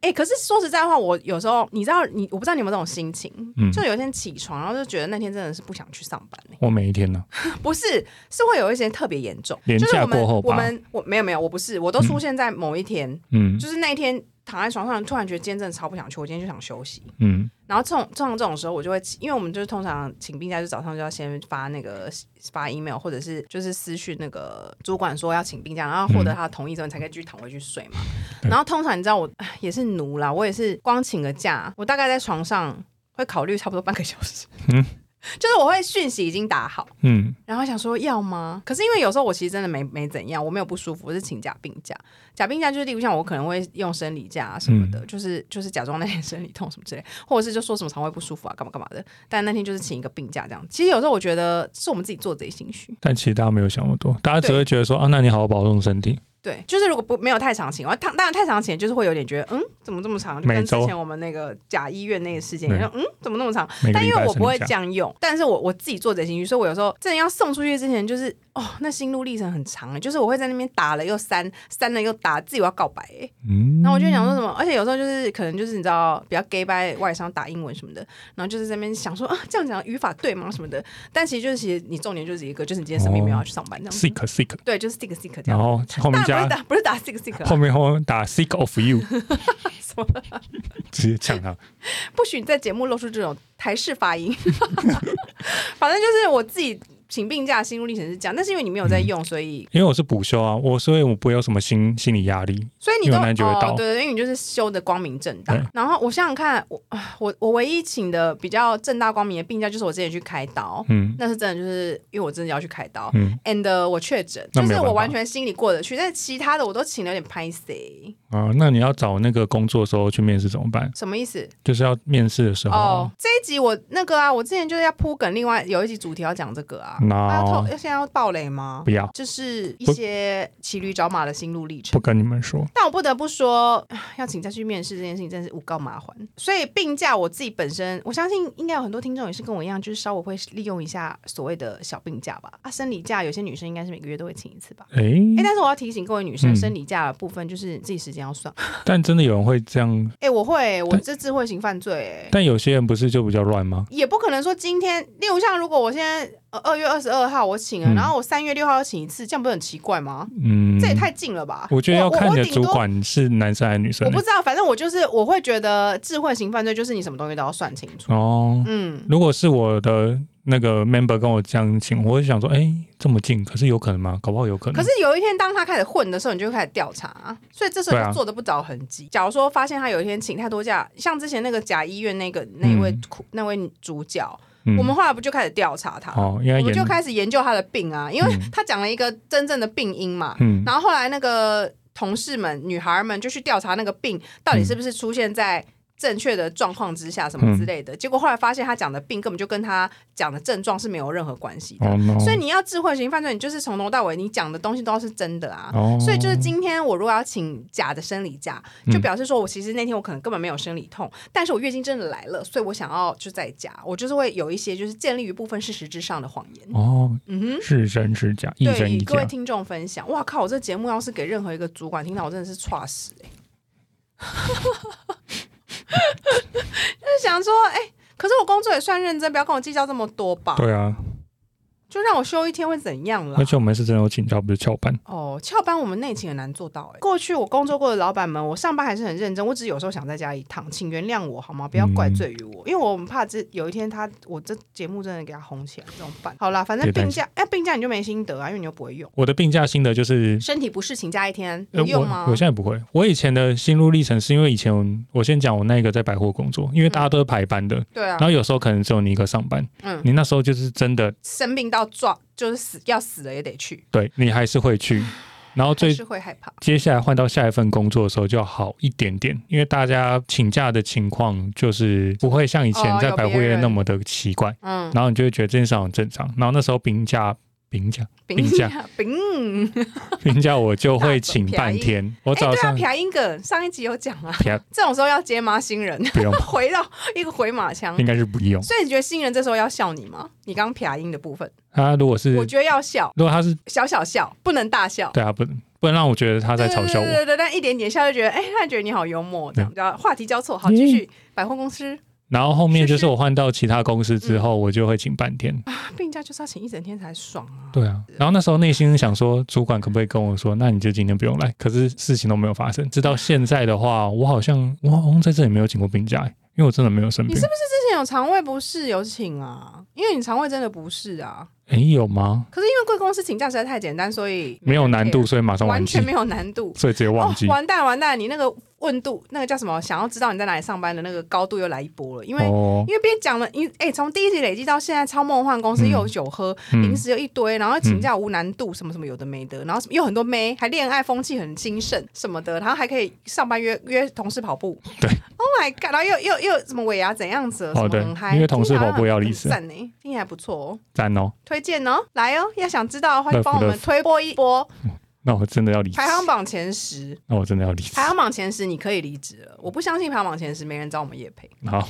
[SPEAKER 1] 哎、可是说实在话，我有时候你知道你，我不知道你有没有这种心情，
[SPEAKER 3] 嗯
[SPEAKER 1] 就有一天起床，然后就觉得那天真的是不想去上班、欸
[SPEAKER 3] 我每一天呢、
[SPEAKER 1] 不是，是会有一些特别严重，
[SPEAKER 3] 廉
[SPEAKER 1] 就是
[SPEAKER 3] 价
[SPEAKER 1] 我们
[SPEAKER 3] 过后吧
[SPEAKER 1] 我们我没有没有，我不是，我都出现在某一天，
[SPEAKER 3] 嗯
[SPEAKER 1] 就是那一天躺在床上，突然觉得今天真的超不想去，我今天就想休息。
[SPEAKER 3] 嗯，
[SPEAKER 1] 然后这种通常这种时候，我就会起，因为我们就是通常请病假，就早上就要先发那个发 email，或者是就是私讯那个主管说要请病假，然后获得他的同意之后，你才可以继续躺回去睡嘛。
[SPEAKER 3] 嗯对
[SPEAKER 1] 然后通常你知道我唉也是奴啦，我也是光请个假，我大概在床上会考虑差不多半个小时，
[SPEAKER 3] 嗯
[SPEAKER 1] 就是我会讯息已经打好。
[SPEAKER 3] 嗯
[SPEAKER 1] 然后想说要吗？可是因为有时候我其实真的没没怎样，我没有不舒服，我是请假病假。假病假就是例如像我可能会用生理假啊什么的，
[SPEAKER 3] 嗯
[SPEAKER 1] 就是就是假装那天 生理痛什么之类，或者是就说什么肠胃不舒服啊，干嘛干嘛的。但那天就是请一个病假这样。其实有时候我觉得是我们自己做贼心虚，
[SPEAKER 3] 但其实大家没有想那么多，大家只
[SPEAKER 1] 对
[SPEAKER 3] 会觉得说啊，那你好好保重身体，
[SPEAKER 1] 对，就是如果不没有太长请，然后当当然太长请就是会有点觉得嗯怎么这么长，就跟
[SPEAKER 3] 每
[SPEAKER 1] 之
[SPEAKER 3] 周
[SPEAKER 1] 前我们那个假医院那个事件一样，嗯怎么那么长？
[SPEAKER 3] 每个
[SPEAKER 1] 但
[SPEAKER 3] 礼
[SPEAKER 1] 因
[SPEAKER 3] 拜
[SPEAKER 1] 为我
[SPEAKER 3] 请
[SPEAKER 1] 不会
[SPEAKER 3] 假
[SPEAKER 1] 这样用，但是我我自己做贼心虚，所以我有时候真的要送出去之前，就是哦，那心路历程很长，欸就是我会在那边打了又删，删了又打，自己我要告白、欸，
[SPEAKER 3] 嗯，
[SPEAKER 1] 然后我就想说什么，而且有时候就是可能就是你知道比较 gay 掰外商打英文什么的，然后就是在那边想说啊这样讲语法对吗什么的，但其实就是其实你重点就是一个就是你今天生病没有要去上班这样子，
[SPEAKER 3] 哦 sick sick，
[SPEAKER 1] 对，就是 sick sick 这
[SPEAKER 3] 然
[SPEAKER 1] 样。
[SPEAKER 3] 后后面
[SPEAKER 1] 当然不是
[SPEAKER 3] 加
[SPEAKER 1] 打不是打啊 sick sick，
[SPEAKER 3] 后
[SPEAKER 1] 啦
[SPEAKER 3] 面后面打 sick of you，
[SPEAKER 1] 什么
[SPEAKER 3] 直接呛他，
[SPEAKER 1] 不许你在节目露出这种台式发音。 反正就是我自己请病假的心路历程是这样，但是因为你没有在
[SPEAKER 3] 嗯
[SPEAKER 1] 用，所以
[SPEAKER 3] 因为我是补休啊，我所以我不会有什么心心理压力，
[SPEAKER 1] 所以你都
[SPEAKER 3] 因为那就会
[SPEAKER 1] 哦
[SPEAKER 3] 到，
[SPEAKER 1] 对，因为你就是修的光明正大
[SPEAKER 3] 对。
[SPEAKER 1] 然后我想想看，我啊我我唯一请的比较正大光明的病假，就是我之前去开刀，
[SPEAKER 3] 嗯
[SPEAKER 1] 那是真的，就是因为我真的要去开刀。
[SPEAKER 3] 嗯
[SPEAKER 1] and 呃我确诊，
[SPEAKER 3] 那
[SPEAKER 1] 就
[SPEAKER 3] 没有
[SPEAKER 1] 是
[SPEAKER 3] 办法
[SPEAKER 1] 我完全心里过得去，但是其他的我都请的有点拍 C，
[SPEAKER 3] 啊，那你要找那个工作的时候去面试怎么办？
[SPEAKER 1] 什么意思？
[SPEAKER 3] 就是要面试的时候
[SPEAKER 1] 哦
[SPEAKER 3] 啊，，
[SPEAKER 1] 这一集我那个啊，我之前就是要铺梗，另外有一集主题要讲这个啊，
[SPEAKER 3] No
[SPEAKER 1] 啊要透要现在要爆雷吗？
[SPEAKER 3] 哦不要
[SPEAKER 1] 就是一
[SPEAKER 3] 不
[SPEAKER 1] 些骑驴找马的心路历程
[SPEAKER 3] 不。跟你们说，
[SPEAKER 1] 但我不得不说，唉要请假去面试这件事情真是无告麻烦。所以病假我自己本身，我相信应该有很多听众也是跟我一样，就是稍微会利用一下所谓的小病假吧。啊，生理假有些女生应该是每个月都会请一次吧。
[SPEAKER 3] 诶，
[SPEAKER 1] 哎、但是我要提醒各位女生，
[SPEAKER 3] 嗯
[SPEAKER 1] 生理假的部分就是自己时间要算。
[SPEAKER 3] 但真的有人会这样，
[SPEAKER 1] 哎、我会，我
[SPEAKER 3] 但
[SPEAKER 1] 这智慧型犯罪、欸。
[SPEAKER 3] 但有些人不是就比较乱吗？
[SPEAKER 1] 也不可能说今天，例如像如果我现在呃二月二十二号我请了，
[SPEAKER 3] 嗯
[SPEAKER 1] 然后我三月六号要请一次，这样不是很奇怪吗？
[SPEAKER 3] 嗯，
[SPEAKER 1] 这也太近了吧！
[SPEAKER 3] 我觉得要看你
[SPEAKER 1] 我
[SPEAKER 3] 的
[SPEAKER 1] 我顶
[SPEAKER 3] 主
[SPEAKER 1] 多
[SPEAKER 3] 管是男生还是女生
[SPEAKER 1] 我
[SPEAKER 3] 欸、
[SPEAKER 1] 不知道，反正我就是我会觉得智慧型犯罪就是你什么东西都要算清楚。
[SPEAKER 3] 哦，
[SPEAKER 1] 嗯，
[SPEAKER 3] 如果是我的那个 member 跟我这样请，我会想说，哎、这么近，可是有可能吗？搞不好有可能。
[SPEAKER 1] 可是有一天当他开始混的时候，你就开始调查啊，所以这时候
[SPEAKER 3] 对
[SPEAKER 1] 就
[SPEAKER 3] 啊
[SPEAKER 1] 做的不着痕迹。假如说发现他有一天请太多假，像之前那个假医院那个那一位、
[SPEAKER 3] 嗯
[SPEAKER 1] 那位主角，
[SPEAKER 3] 嗯
[SPEAKER 1] 我们后来不就开始调查他，
[SPEAKER 3] 哦，应该
[SPEAKER 1] 我们
[SPEAKER 3] 严
[SPEAKER 1] 就开始研究他的病啊，因为
[SPEAKER 3] 嗯
[SPEAKER 1] 他讲了一个真正的病因嘛。
[SPEAKER 3] 嗯
[SPEAKER 1] 然后后来那个同事们、女孩们就去调查那个病到
[SPEAKER 3] 嗯
[SPEAKER 1] 底是不是出现在正确的状况之下，什么之类的。结果后来发现他讲的病根本就跟他讲的症状是没有任何关系的。
[SPEAKER 3] 哦 no，
[SPEAKER 1] 所以你要智慧型犯罪，你就是从头到尾你讲的东西都是真的啊。
[SPEAKER 3] 哦，
[SPEAKER 1] 所以就是今天我如果要请假的生理假，
[SPEAKER 3] 嗯
[SPEAKER 1] 就表示说我其实那天我可能根本没有生理痛，但是我月经真的来了，所以我想要就在假，我就是会有一些就是建立于部分事实之上的谎言。
[SPEAKER 3] 哦
[SPEAKER 1] 嗯哼。
[SPEAKER 3] 是真是假，一
[SPEAKER 1] 对，
[SPEAKER 3] 真一
[SPEAKER 1] 与各位
[SPEAKER 3] 假，
[SPEAKER 1] 听众分享，哇靠！我这节目要是给任何一个主管听到，我真的是猝死哎、 就是想说，哎、可是我工作也算认真，不要跟我计较这么多吧，
[SPEAKER 3] 对啊，
[SPEAKER 1] 就让我休一天会怎样啦
[SPEAKER 3] 而？且我们是真的有请假，不是翘班，
[SPEAKER 1] 哦，翘班我们内勤很难做到哎、过去我工作过的老板们，我上班还是很认真，我只是有时候想在家一趟，请原谅我好吗？不要怪罪于
[SPEAKER 3] 嗯
[SPEAKER 1] 我，因为我很怕这有一天他我这节目真的给他红起来怎么办？好啦，反正
[SPEAKER 3] 别担
[SPEAKER 1] 病假，哎、病假你就没心得啊，因为你又不会用，
[SPEAKER 3] 我的病假心得就是
[SPEAKER 1] 身体不适请假一天，
[SPEAKER 3] 呃
[SPEAKER 1] 有用吗
[SPEAKER 3] 我我？现在不会。我以前的心路历程是因为以前我我先讲我那个在百货工作，因
[SPEAKER 1] 嗯
[SPEAKER 3] 为大家都是排班的，
[SPEAKER 1] 对啊
[SPEAKER 3] 然，后有时候可能只有你一个上班，
[SPEAKER 1] 嗯
[SPEAKER 3] 你那时候就是真的
[SPEAKER 1] 生病到撞，就是死要死了也得去，
[SPEAKER 3] 对你还是会去，然后
[SPEAKER 1] 还
[SPEAKER 3] 最
[SPEAKER 1] 是会害怕。
[SPEAKER 3] 接下来换到下一份工作的时候就好一点点，因为大家请假的情况就是不会像以前
[SPEAKER 1] 哦
[SPEAKER 3] 在
[SPEAKER 1] 有
[SPEAKER 3] 百货
[SPEAKER 1] 别
[SPEAKER 3] 业
[SPEAKER 1] 人
[SPEAKER 3] 那么的奇怪，
[SPEAKER 1] 嗯，
[SPEAKER 3] 然后你就会觉得这件事很正常。然后那时候病假病假
[SPEAKER 1] 病
[SPEAKER 3] 病
[SPEAKER 1] 假病，
[SPEAKER 3] 病假我就
[SPEAKER 1] 大
[SPEAKER 3] 会
[SPEAKER 1] 手
[SPEAKER 3] 请
[SPEAKER 1] 便
[SPEAKER 3] 半
[SPEAKER 1] 宜
[SPEAKER 3] 天，我
[SPEAKER 1] 哎，
[SPEAKER 3] 早
[SPEAKER 1] 对啊，
[SPEAKER 3] 上
[SPEAKER 1] 撇音梗，上一集有讲啊，
[SPEAKER 3] 撇
[SPEAKER 1] 这种时候要接吗？新人
[SPEAKER 3] 不用，
[SPEAKER 1] 回到 一个回马枪
[SPEAKER 3] 应，该是不 用。
[SPEAKER 1] 所以你觉得新人这时候要笑你吗？你刚撇音的部分，
[SPEAKER 3] 他如果是
[SPEAKER 1] 我觉得要笑，
[SPEAKER 3] 如果他是
[SPEAKER 1] 小小笑，不能大笑。
[SPEAKER 3] 对啊，不不能让我觉得他在嘲笑
[SPEAKER 1] 对
[SPEAKER 3] 我。
[SPEAKER 1] 对对对，但一点点笑就觉得，哎，他觉得你好幽默，这样，然后话题交错，好，继续。百货公司
[SPEAKER 3] 然后后面就是是
[SPEAKER 1] 是嗯
[SPEAKER 3] 我换到其他公司之后，我就会请半天。
[SPEAKER 1] 啊病假就是要请一整天才爽啊。
[SPEAKER 3] 对啊，然后那时候内心想说，主管可不可以跟我说，那你就今天不用来？可是事情都没有发生。直到现在的话，我好像我好像在这里没有请过病假、欸因为我真的没有生
[SPEAKER 1] 你
[SPEAKER 3] 病
[SPEAKER 1] 是。不是之前有肠胃不适有请啊？因为你肠胃真的不适啊。
[SPEAKER 3] 哎、有吗？
[SPEAKER 1] 可是因为贵公司请假实在太简单，所以
[SPEAKER 3] 没有难度，所以马上
[SPEAKER 1] 人 care，
[SPEAKER 3] 忘
[SPEAKER 1] 完
[SPEAKER 3] 记
[SPEAKER 1] 全，没有难 度。
[SPEAKER 3] 所以直接忘记
[SPEAKER 1] 哦，。完蛋完蛋！你那个问度，那个叫什么？想要知道你在哪里上班的那个高度又来一波了，因为、
[SPEAKER 3] 哦，
[SPEAKER 1] 因为边讲了，你哎，从第一集累积到现在，超梦幻公司
[SPEAKER 3] 嗯
[SPEAKER 1] 又有酒喝，
[SPEAKER 3] 嗯
[SPEAKER 1] 零，食又一堆，然后请假无难度，什么什么有的没的，然后什么又很多妹，还恋爱风气很兴盛什么的，然后还可以上班约约同事跑步。
[SPEAKER 3] 对
[SPEAKER 1] ，Oh my god！然后又又又什么尾牙怎样子，什
[SPEAKER 3] 哦
[SPEAKER 1] 么
[SPEAKER 3] 对
[SPEAKER 1] 很嗨、
[SPEAKER 3] 因为同事跑步要
[SPEAKER 1] 听
[SPEAKER 3] 离
[SPEAKER 1] 起
[SPEAKER 3] 职
[SPEAKER 1] 来很赞呢，听起来不错哦，
[SPEAKER 3] 赞哦。
[SPEAKER 1] 推荐哦，来哦，要想知道的话就
[SPEAKER 3] 乐福
[SPEAKER 1] 帮我
[SPEAKER 3] 乐
[SPEAKER 1] 们推播一波
[SPEAKER 3] 那我真的要离职
[SPEAKER 1] 排，行榜前十，
[SPEAKER 3] 那我真的要离职
[SPEAKER 1] 排。行榜前十你可以离职了，我不相信排行榜前十没人找我们叶配，
[SPEAKER 3] 好，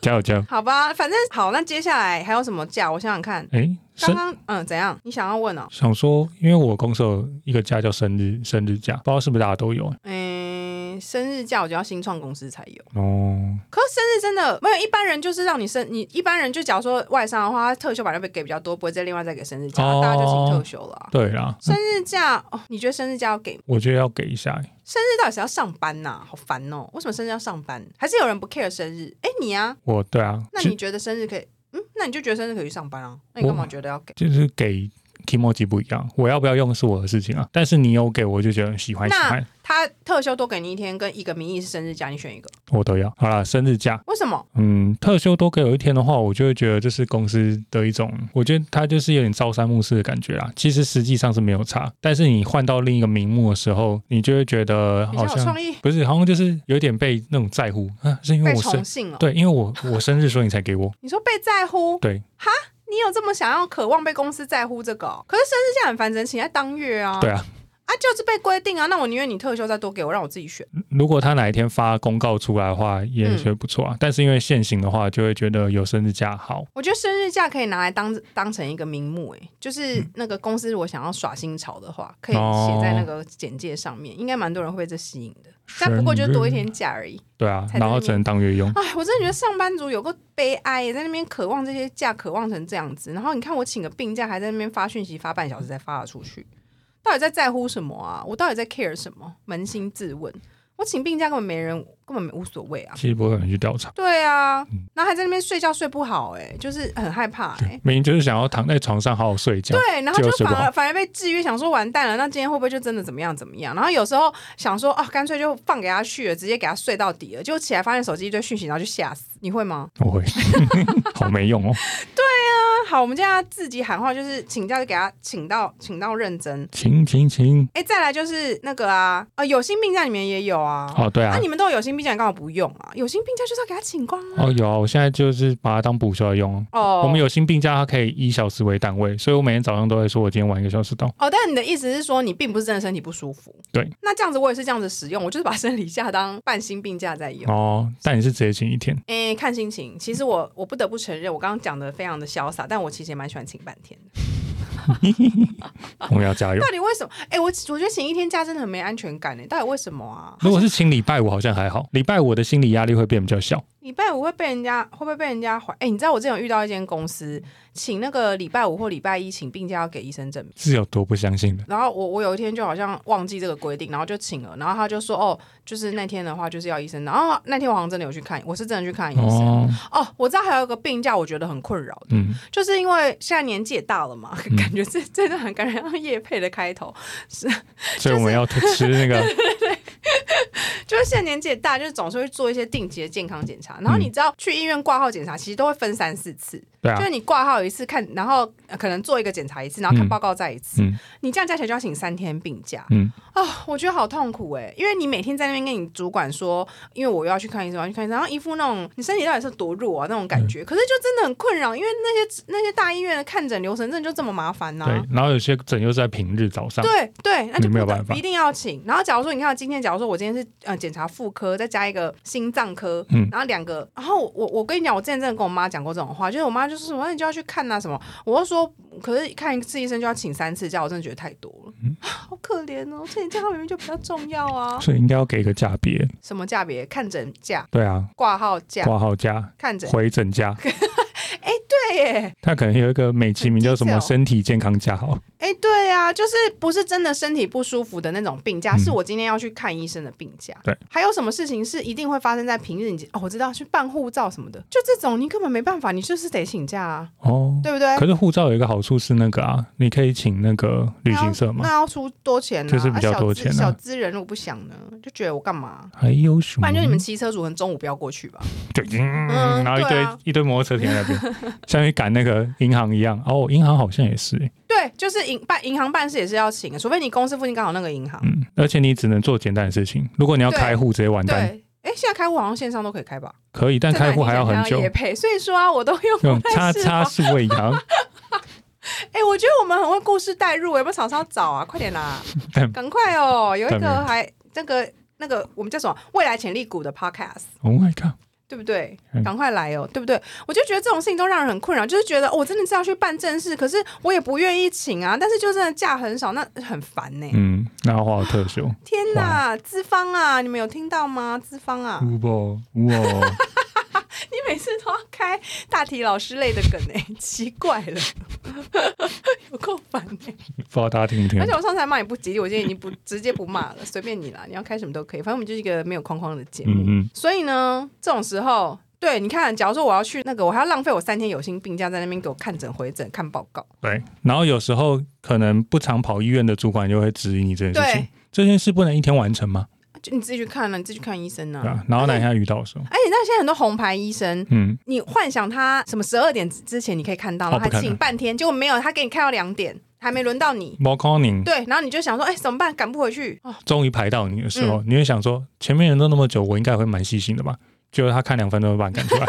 [SPEAKER 3] 加油加油！
[SPEAKER 1] 好吧，反正好，那接下来还有什么假？我想想看，
[SPEAKER 3] 哎、生
[SPEAKER 1] 刚刚嗯怎样？你想要问哦？
[SPEAKER 3] 想说，因为我公司有一个假叫生日生日假，不知道是不是大家都有啊
[SPEAKER 1] 嗯，生日假我觉得要新创公司才有，
[SPEAKER 3] 哦。
[SPEAKER 1] 可是生日真的没有一般人就是让你生，你一般人就假如说外商的话，他特休本来就被给比较多，不会再另外再给生日假，
[SPEAKER 3] 哦
[SPEAKER 1] 大家就请特休了啊、
[SPEAKER 3] 对啦，
[SPEAKER 1] 生日假哦，你觉得生日假要给吗？
[SPEAKER 3] 我觉得要给一下欸、
[SPEAKER 1] 生日到底是要上班呐、好烦哦！为什么生日要上班？还是有人不 care 生日？哎，你啊，
[SPEAKER 3] 我对啊，
[SPEAKER 1] 那
[SPEAKER 3] 就
[SPEAKER 1] 你觉得生日可以？嗯，那你就觉得生日可以去上班啊？那你干嘛
[SPEAKER 3] 我
[SPEAKER 1] 觉得要给？
[SPEAKER 3] 就是给 emoji 不一样，我要不要用是我的事情啊，但是你有给我就觉得喜欢喜
[SPEAKER 1] 那
[SPEAKER 3] 欢，
[SPEAKER 1] 他特休多给你一天，跟一个名义是生日假，你选一个，
[SPEAKER 3] 我都要。好啦，生日假，
[SPEAKER 1] 为什么？
[SPEAKER 3] 嗯，特休多给我一天的话，我就会觉得这是公司的一种，我觉得它就是有点朝三暮四的感觉啦。其实实际上是没有差，但是你换到另一个名目的时候，你就会觉得
[SPEAKER 1] 比
[SPEAKER 3] 好
[SPEAKER 1] 较有
[SPEAKER 3] 像
[SPEAKER 1] 创意，
[SPEAKER 3] 不是，好像就是有点被那种在乎啊，是因为
[SPEAKER 1] 被
[SPEAKER 3] 我
[SPEAKER 1] 宠
[SPEAKER 3] 生
[SPEAKER 1] 幸了。
[SPEAKER 3] 对，因为我我生日所以你才给我，
[SPEAKER 1] 你说被在乎，
[SPEAKER 3] 对
[SPEAKER 1] 你有这么想要渴望被公司在乎这个哦、可是生日假很烦人，请在当月啊。
[SPEAKER 3] 对啊。
[SPEAKER 1] 啊，就是被规定啊。那我宁愿你特休再多给我，让我自己选。
[SPEAKER 3] 如果他哪一天发公告出来的话，也
[SPEAKER 1] 嗯
[SPEAKER 3] 觉得不错啊。但是因为现行的话，就会觉得有生日假好。
[SPEAKER 1] 我觉得生日假可以拿来当当成一个名目、欸，就是
[SPEAKER 3] 嗯
[SPEAKER 1] 那个公司如果想要耍新潮的话，可以写
[SPEAKER 3] 哦
[SPEAKER 1] 在那个简介上面，应该蛮多人会被这吸引的。但不过就是多一天假而已。
[SPEAKER 3] 对啊，
[SPEAKER 1] 才在那边
[SPEAKER 3] 然后只能当 月用。
[SPEAKER 1] 哎，我真的觉得上班族有个悲哀耶，在那边渴望这些假，渴望成这样子。然后你看我请个病假，还在那边发讯息，发半小时才发得出去，到底在在乎什么啊？我到底在 care 什么？扪心自问，我请病假根本没人，根本没无所谓啊。
[SPEAKER 3] 其实不会有人去调查，
[SPEAKER 1] 对啊，
[SPEAKER 3] 嗯
[SPEAKER 1] 然后还在那边睡觉睡不好、哎，就是很害怕、哎。
[SPEAKER 3] 明明就是想要躺在床上好好睡觉。
[SPEAKER 1] 对，然后
[SPEAKER 3] 就
[SPEAKER 1] 就是反
[SPEAKER 3] 不好
[SPEAKER 1] 而反而被制约，想说完蛋了，那今天会不会就真的怎么样怎么样？然后有时候想说啊，干脆就放给他去了，直接给他睡到底了。结果起 来发现手机一堆讯息，然后就吓死。你会吗？
[SPEAKER 3] 我会，好没用哦。
[SPEAKER 1] 啊好，我们现在要自己喊话，就是请假就给他请到请到认真。
[SPEAKER 3] 请请请，
[SPEAKER 1] 哎，再来就是那个啊，呃，有薪病假里面也有啊。
[SPEAKER 3] 哦，对
[SPEAKER 1] 那、
[SPEAKER 3] 啊，
[SPEAKER 1] 你们都有有薪病假，你干嘛不用啊？有薪病假就是要给他请光啊。
[SPEAKER 3] 哦有啊，我现在就是把它当补休来用。啊
[SPEAKER 1] 哦，
[SPEAKER 3] 我们有薪病假，它可以以小时为单位，所以我每天早上都会说，我今天晚一个小时到。
[SPEAKER 1] 哦，但你的意思是说你并不是真的身体不舒服。
[SPEAKER 3] 对。
[SPEAKER 1] 那这样子我也是这样子使用，我就是把生理假当半薪病假在用。
[SPEAKER 3] 哦，但你是直接请一天，
[SPEAKER 1] 诶，看心情。其实我我不得不承认，我刚刚讲的非常的潇洒，但我其实也蛮喜欢请半天的。
[SPEAKER 3] 我们 要加油
[SPEAKER 1] 到。底为什么？诶，我我觉得请一天假真的很没安全感呢。到底为什么啊？
[SPEAKER 3] 如果是请礼拜五，好像还好，礼拜五的心理压力会变比较小。
[SPEAKER 1] 礼拜五会被人家会不会被人家怀？诶，你知道我之前有遇到一间公司，请那个礼拜五或礼拜一请病假要给医生证明。
[SPEAKER 3] 是有多不相信的？
[SPEAKER 1] 然后我我有一天就好像忘记这个规定，然后就请了，然后他就说哦，就是那天的话就是要医生，然后那天我好像真的有去看，我是真的去看医生。哦
[SPEAKER 3] 哦，
[SPEAKER 1] 我知道还有一个病假，我觉得很困扰的，
[SPEAKER 3] 嗯，
[SPEAKER 1] 就是因为现在年纪也大了嘛，感觉这真的很感觉像叶配的开头，
[SPEAKER 3] 所以我们要吃那个，
[SPEAKER 1] 就是现在年纪也大，就是总是会做一些定期的健康检查，然后
[SPEAKER 3] 嗯
[SPEAKER 1] 你知道去医院挂号检查其实都会分三四次，
[SPEAKER 3] 对啊
[SPEAKER 1] 就，是你挂号一次看，然后呃可能做一个检查一次，然后看
[SPEAKER 3] 嗯
[SPEAKER 1] 报告再一次，
[SPEAKER 3] 嗯
[SPEAKER 1] 你这样加起来就要请三天病假，
[SPEAKER 3] 嗯，
[SPEAKER 1] 啊、我觉得好痛苦哎、因为你每天在那边跟你主管说，因为我又要去看医生，我要去看医生，然后一副那种你身体到底是多弱啊那种感
[SPEAKER 3] 嗯
[SPEAKER 1] 觉，可是就真的很困扰，因为那些那些大医院的看诊流程真的就这么麻烦呐、啊
[SPEAKER 3] 对。然后有些诊又是在平日早上，
[SPEAKER 1] 对对，那就
[SPEAKER 3] 你没有
[SPEAKER 1] 不得
[SPEAKER 3] 办法
[SPEAKER 1] 一定要请。然后假如说你看到今天，假如说我今天是呃检查妇科，再加一个心脏科，
[SPEAKER 3] 嗯
[SPEAKER 1] 然后两个，然后我我我跟你讲，我之前真的跟我妈讲过这种话，就是我妈就是什么你就要去看啊什么，我就说可是看一次医生就要请三次假，我真的觉得太多了，
[SPEAKER 3] 嗯
[SPEAKER 1] 好可怜哦，这点健康明明就比较重要啊，
[SPEAKER 3] 所以应该要给一个价别，
[SPEAKER 1] 什么价别？看诊价、
[SPEAKER 3] 对啊，
[SPEAKER 1] 挂号价、
[SPEAKER 3] 挂号价、
[SPEAKER 1] 看诊
[SPEAKER 3] 回 诊价，
[SPEAKER 1] 对耶。
[SPEAKER 3] 它可能有一个美其名叫什么
[SPEAKER 1] 很低调
[SPEAKER 3] 身体健康价好，
[SPEAKER 1] 哎，对啊，就是不是真的身体不舒服的那种病假，
[SPEAKER 3] 嗯
[SPEAKER 1] 是我今天要去看医生的病假。
[SPEAKER 3] 对，
[SPEAKER 1] 还有什么事情是一定会发生在平日？你哦，我知道去办护照什么的，就这种你根本没办法，你就是得请假啊，
[SPEAKER 3] 哦。
[SPEAKER 1] 对不对？
[SPEAKER 3] 可是护照有一个好处是那个啊，你可以请那个旅行社嘛
[SPEAKER 1] 那，要出多钱呢、啊？
[SPEAKER 3] 就是比较多钱
[SPEAKER 1] 小
[SPEAKER 3] 啊
[SPEAKER 1] 资小资人如果不想呢，就觉得我干嘛？
[SPEAKER 3] 还有哎什
[SPEAKER 1] 不
[SPEAKER 3] 么
[SPEAKER 1] 然就？你们骑车族人中午不要过去吧。
[SPEAKER 3] 对，嗯
[SPEAKER 1] 嗯
[SPEAKER 3] 然后一
[SPEAKER 1] 对
[SPEAKER 3] 堆
[SPEAKER 1] 啊
[SPEAKER 3] 一堆摩托车停在那边， 像你赶那个银行一样。哦，银行好像也是，
[SPEAKER 1] 对，就是银办银行办事也是要请的，除非你公司附近刚好那个银行。
[SPEAKER 3] 嗯，而且你只能做简单的事情。如果你要
[SPEAKER 1] 对
[SPEAKER 3] 开户，直接完蛋
[SPEAKER 1] 对，哎，现在开户好像线上都可以开吧？
[SPEAKER 3] 可以，但开户还要
[SPEAKER 1] 这
[SPEAKER 3] 很
[SPEAKER 1] 段已经讲到
[SPEAKER 3] 久
[SPEAKER 1] 业。配，所以说啊，我都用
[SPEAKER 3] 用
[SPEAKER 1] 不太
[SPEAKER 3] 叉
[SPEAKER 1] 适合
[SPEAKER 3] 叉数位银 行，
[SPEAKER 1] 哎、我觉得我们很会故事代入，有没有厂商找啊？快点 啦
[SPEAKER 3] 但，
[SPEAKER 1] 赶快哦！有一
[SPEAKER 3] 但没
[SPEAKER 1] 个
[SPEAKER 3] 有
[SPEAKER 1] 还那个那个我们叫什么未来潜力股的 podcast，
[SPEAKER 3] Oh my god！
[SPEAKER 1] 对不对
[SPEAKER 3] 嗯？
[SPEAKER 1] 赶快来哦，对不对？我就觉得这种事情都让人很困扰，就是觉得、哦我真的是要去办正事，可是我也不愿意请啊，但是就真的假很少，那很烦呢、
[SPEAKER 3] 嗯，那要花特休。
[SPEAKER 1] 天哪，资方啊，你们有听到吗？资方啊，
[SPEAKER 3] 呜不呜哦，
[SPEAKER 1] 你每次都要开大体老师类的梗哎、 奇怪了，有够烦哎、
[SPEAKER 3] 不知道大家听不听
[SPEAKER 1] 而且
[SPEAKER 3] 得懂？
[SPEAKER 1] 我上次还骂你不吉利，我今天已经不 直接不骂了，随便你啦，你要开什么都可以，反正我们就是一个没有框框的节目。
[SPEAKER 3] 嗯嗯，
[SPEAKER 1] 所以呢，这种时候，对，你看，假如说我要去那个，我还要浪费我三天有薪病假在那边给我看诊、回诊、看报告，
[SPEAKER 3] 对。然后有时候可能不常跑医院的主管就会质疑你这件事情
[SPEAKER 1] 对，
[SPEAKER 3] 这件事不能一天完成吗？
[SPEAKER 1] 就你自己去看了、啊你自己去看医生呢、
[SPEAKER 3] 对啊吧？然后哪一天遇到的时候，
[SPEAKER 1] 而且那现在很多红牌医生，
[SPEAKER 3] 嗯，
[SPEAKER 1] 你幻想他什么十二点之前你可以看到，
[SPEAKER 3] 哦
[SPEAKER 1] 然后
[SPEAKER 3] 不可
[SPEAKER 1] 他
[SPEAKER 3] 能
[SPEAKER 1] 请半天，结果没有，他给你看到两点，还没轮到你。
[SPEAKER 3] 猫 calling
[SPEAKER 1] 对，然后你就想说，哎、怎么办？赶不回去哦，
[SPEAKER 3] 终于排到你的时
[SPEAKER 1] 嗯
[SPEAKER 3] 候，你会想说，前面人都那么久，我应该会蛮细心的吧？结果他看两分钟就把你赶 出来，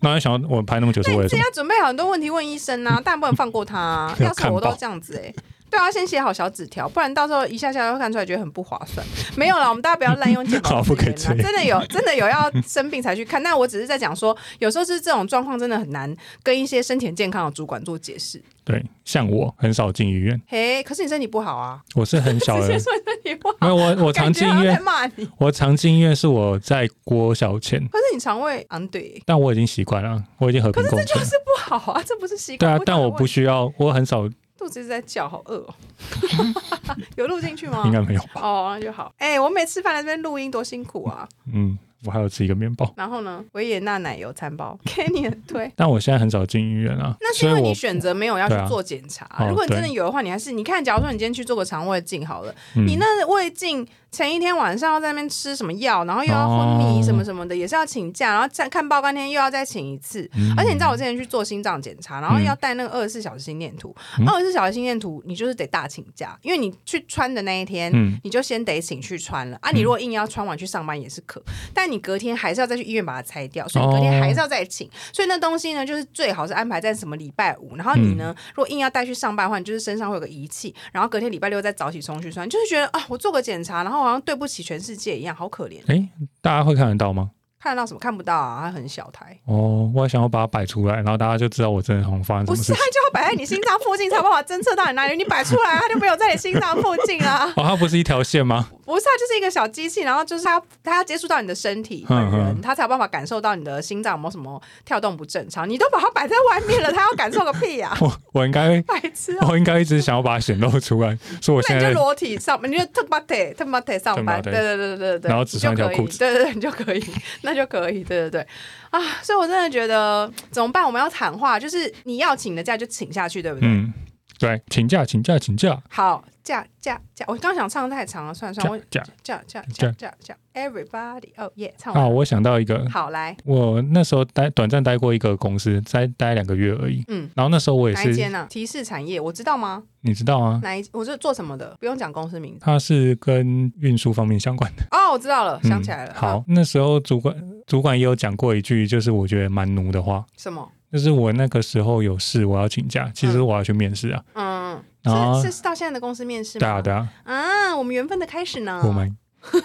[SPEAKER 3] 然后就想我排那么久是为了什
[SPEAKER 1] 这
[SPEAKER 3] 么？。
[SPEAKER 1] 要准备好很多问题问医生啊，但不能放过他、啊 要是
[SPEAKER 3] 看
[SPEAKER 1] 我都
[SPEAKER 3] 报
[SPEAKER 1] 这样子哎、对啊，先写好小纸条，不然到时候一下下又看出来，觉得很不划算。没有啦，我们大家不要滥用 健
[SPEAKER 3] 好
[SPEAKER 1] 保资
[SPEAKER 3] 不可以
[SPEAKER 1] 源啦。
[SPEAKER 3] 这样
[SPEAKER 1] 真的有，真的有要生病才去看。但我只是在讲说，有时候是这种状况真的很难跟一些身体很健康的主管做解释。
[SPEAKER 3] 对，像我很少进医院，
[SPEAKER 1] 嘿，可是你身体不好啊，
[SPEAKER 3] 我是很 小
[SPEAKER 1] 直接
[SPEAKER 3] 的，
[SPEAKER 1] 说你身体不好，
[SPEAKER 3] 没有哦哎我我常
[SPEAKER 1] 感
[SPEAKER 3] 进
[SPEAKER 1] 觉好像
[SPEAKER 3] 医院
[SPEAKER 1] 在，骂 你。
[SPEAKER 3] 我常进医院是我在国小前，
[SPEAKER 1] 可是你肠胃昂对，
[SPEAKER 3] 但我已经习惯了，我已经和平共
[SPEAKER 1] 就
[SPEAKER 3] 存。
[SPEAKER 1] 是不好啊，这不是习
[SPEAKER 3] 对
[SPEAKER 1] 惯。
[SPEAKER 3] 啊，
[SPEAKER 1] 不
[SPEAKER 3] 但
[SPEAKER 1] 讲
[SPEAKER 3] 我
[SPEAKER 1] 问
[SPEAKER 3] 不需要，我很少，
[SPEAKER 1] 肚子一直在叫，好饿哦。 有录进去吗？
[SPEAKER 3] 应该没有吧？
[SPEAKER 1] 哦，那就好。哎、我每次饭来这边录音多辛苦啊！
[SPEAKER 3] 嗯，我还有吃一个面包。
[SPEAKER 1] 然后呢，维也纳奶油餐包 给你很推。
[SPEAKER 3] 但我现在很少进医院啊，
[SPEAKER 1] 那是
[SPEAKER 3] 所以
[SPEAKER 1] 因为
[SPEAKER 3] 我
[SPEAKER 1] 你选择没有要
[SPEAKER 3] 对啊
[SPEAKER 1] 去做检查。
[SPEAKER 3] 哦
[SPEAKER 1] 如果你真的
[SPEAKER 3] 对
[SPEAKER 1] 有的话，你还是你看，假如说你今天去做个肠胃镜好了，
[SPEAKER 3] 嗯
[SPEAKER 1] 你那胃镜前一天晚上要在那边吃什么药，然后又要昏迷什么什么的，也是要请假，然后再看报告那天又要再请一次。
[SPEAKER 3] 哦嗯
[SPEAKER 1] 而且你知道我之前去做心脏检查，然后
[SPEAKER 3] 嗯
[SPEAKER 1] 要带那个二十四小时心电图
[SPEAKER 3] 嗯，
[SPEAKER 1] 二十四小时心电图你就是得大请假，因为你去穿的那一天，
[SPEAKER 3] 嗯
[SPEAKER 1] 你就先得请去穿了啊。你如果硬要穿完去上班也是可，但你隔天还是要再去医院把它拆掉，所以你隔天还是要再请。所以那东西呢，就是最好是安排在什么礼拜五，然后你呢，如果硬要带去上班的话，你就是身上会有个仪器，然后隔天礼拜六再早起冲去穿，就是觉得啊，我做个检查，然后好像对不起全世界一样，好可怜。哦
[SPEAKER 3] 哎，大家会看得到吗？
[SPEAKER 1] 看得到什么看不到啊，它很小台。
[SPEAKER 3] 哦，我还想要把它摆出来，然后大家就知道我真的好像发生什
[SPEAKER 1] 不是，
[SPEAKER 3] 么事
[SPEAKER 1] 它
[SPEAKER 3] 情。
[SPEAKER 1] 就要摆在你心脏附近，才有办法侦测到你哪里。你摆出来，它啊就没有在你心脏附近啊。
[SPEAKER 3] 哦，它不是一条线吗？
[SPEAKER 1] 不是，它就是一个小机器，然后就是它它要接触到你的身体本
[SPEAKER 3] 嗯
[SPEAKER 1] 人，
[SPEAKER 3] 嗯
[SPEAKER 1] 它才有办法感受到你的心脏有没有什么跳动不正常。你都把它摆在外面了，它要感受个屁呀、啊！
[SPEAKER 3] 我我应该
[SPEAKER 1] 白痴啊！
[SPEAKER 3] 我应该一直想要把它显露出来，所以我
[SPEAKER 1] 那
[SPEAKER 3] 现
[SPEAKER 1] 你
[SPEAKER 3] 在
[SPEAKER 1] 就裸体上，你就特巴特特巴特上班，对
[SPEAKER 3] 特巴
[SPEAKER 1] 对对
[SPEAKER 3] 特
[SPEAKER 1] 对对对，
[SPEAKER 3] 然后只穿一条裤子
[SPEAKER 1] 你就可以对对对，你就可以， 那就可以，对对对，啊！所以我真的觉得怎么办？我们要喊话，就是你要请的假就请下去，对不对？
[SPEAKER 3] 嗯，对，请假请假请假
[SPEAKER 1] 好，假假假，我刚想唱太长了，算了算了，
[SPEAKER 3] 假
[SPEAKER 1] 我
[SPEAKER 3] 假
[SPEAKER 1] 假假假
[SPEAKER 3] 假
[SPEAKER 1] 假假，Everybody，哦耶，唱完
[SPEAKER 3] 啊！
[SPEAKER 1] 了，
[SPEAKER 3] 我想到一个，
[SPEAKER 1] 好来，
[SPEAKER 3] 我那时候待短暂待过一个公司，待待两个月而已。
[SPEAKER 1] 嗯，
[SPEAKER 3] 然后那时候我也
[SPEAKER 1] 哪一
[SPEAKER 3] 是，
[SPEAKER 1] 间啊？提示产业，我知道吗？
[SPEAKER 3] 你知道啊，
[SPEAKER 1] 哪一？我是做什么的？不用讲公司名字。
[SPEAKER 3] 它是跟运输方面相关的。
[SPEAKER 1] 哦，我知道了，想起来了。啊
[SPEAKER 3] 嗯好，那时候主管主管也有讲过一句，就是我觉得蛮奴的话，
[SPEAKER 1] 嗯，什么？
[SPEAKER 3] 就是我那个时候有事，我要请假，其实我要去面试啊。
[SPEAKER 1] 嗯，
[SPEAKER 3] 然后
[SPEAKER 1] 是是到现在的公司面试吗？
[SPEAKER 3] 对啊对啊，
[SPEAKER 1] 啊，我们缘分的开始呢。
[SPEAKER 3] 我们嗯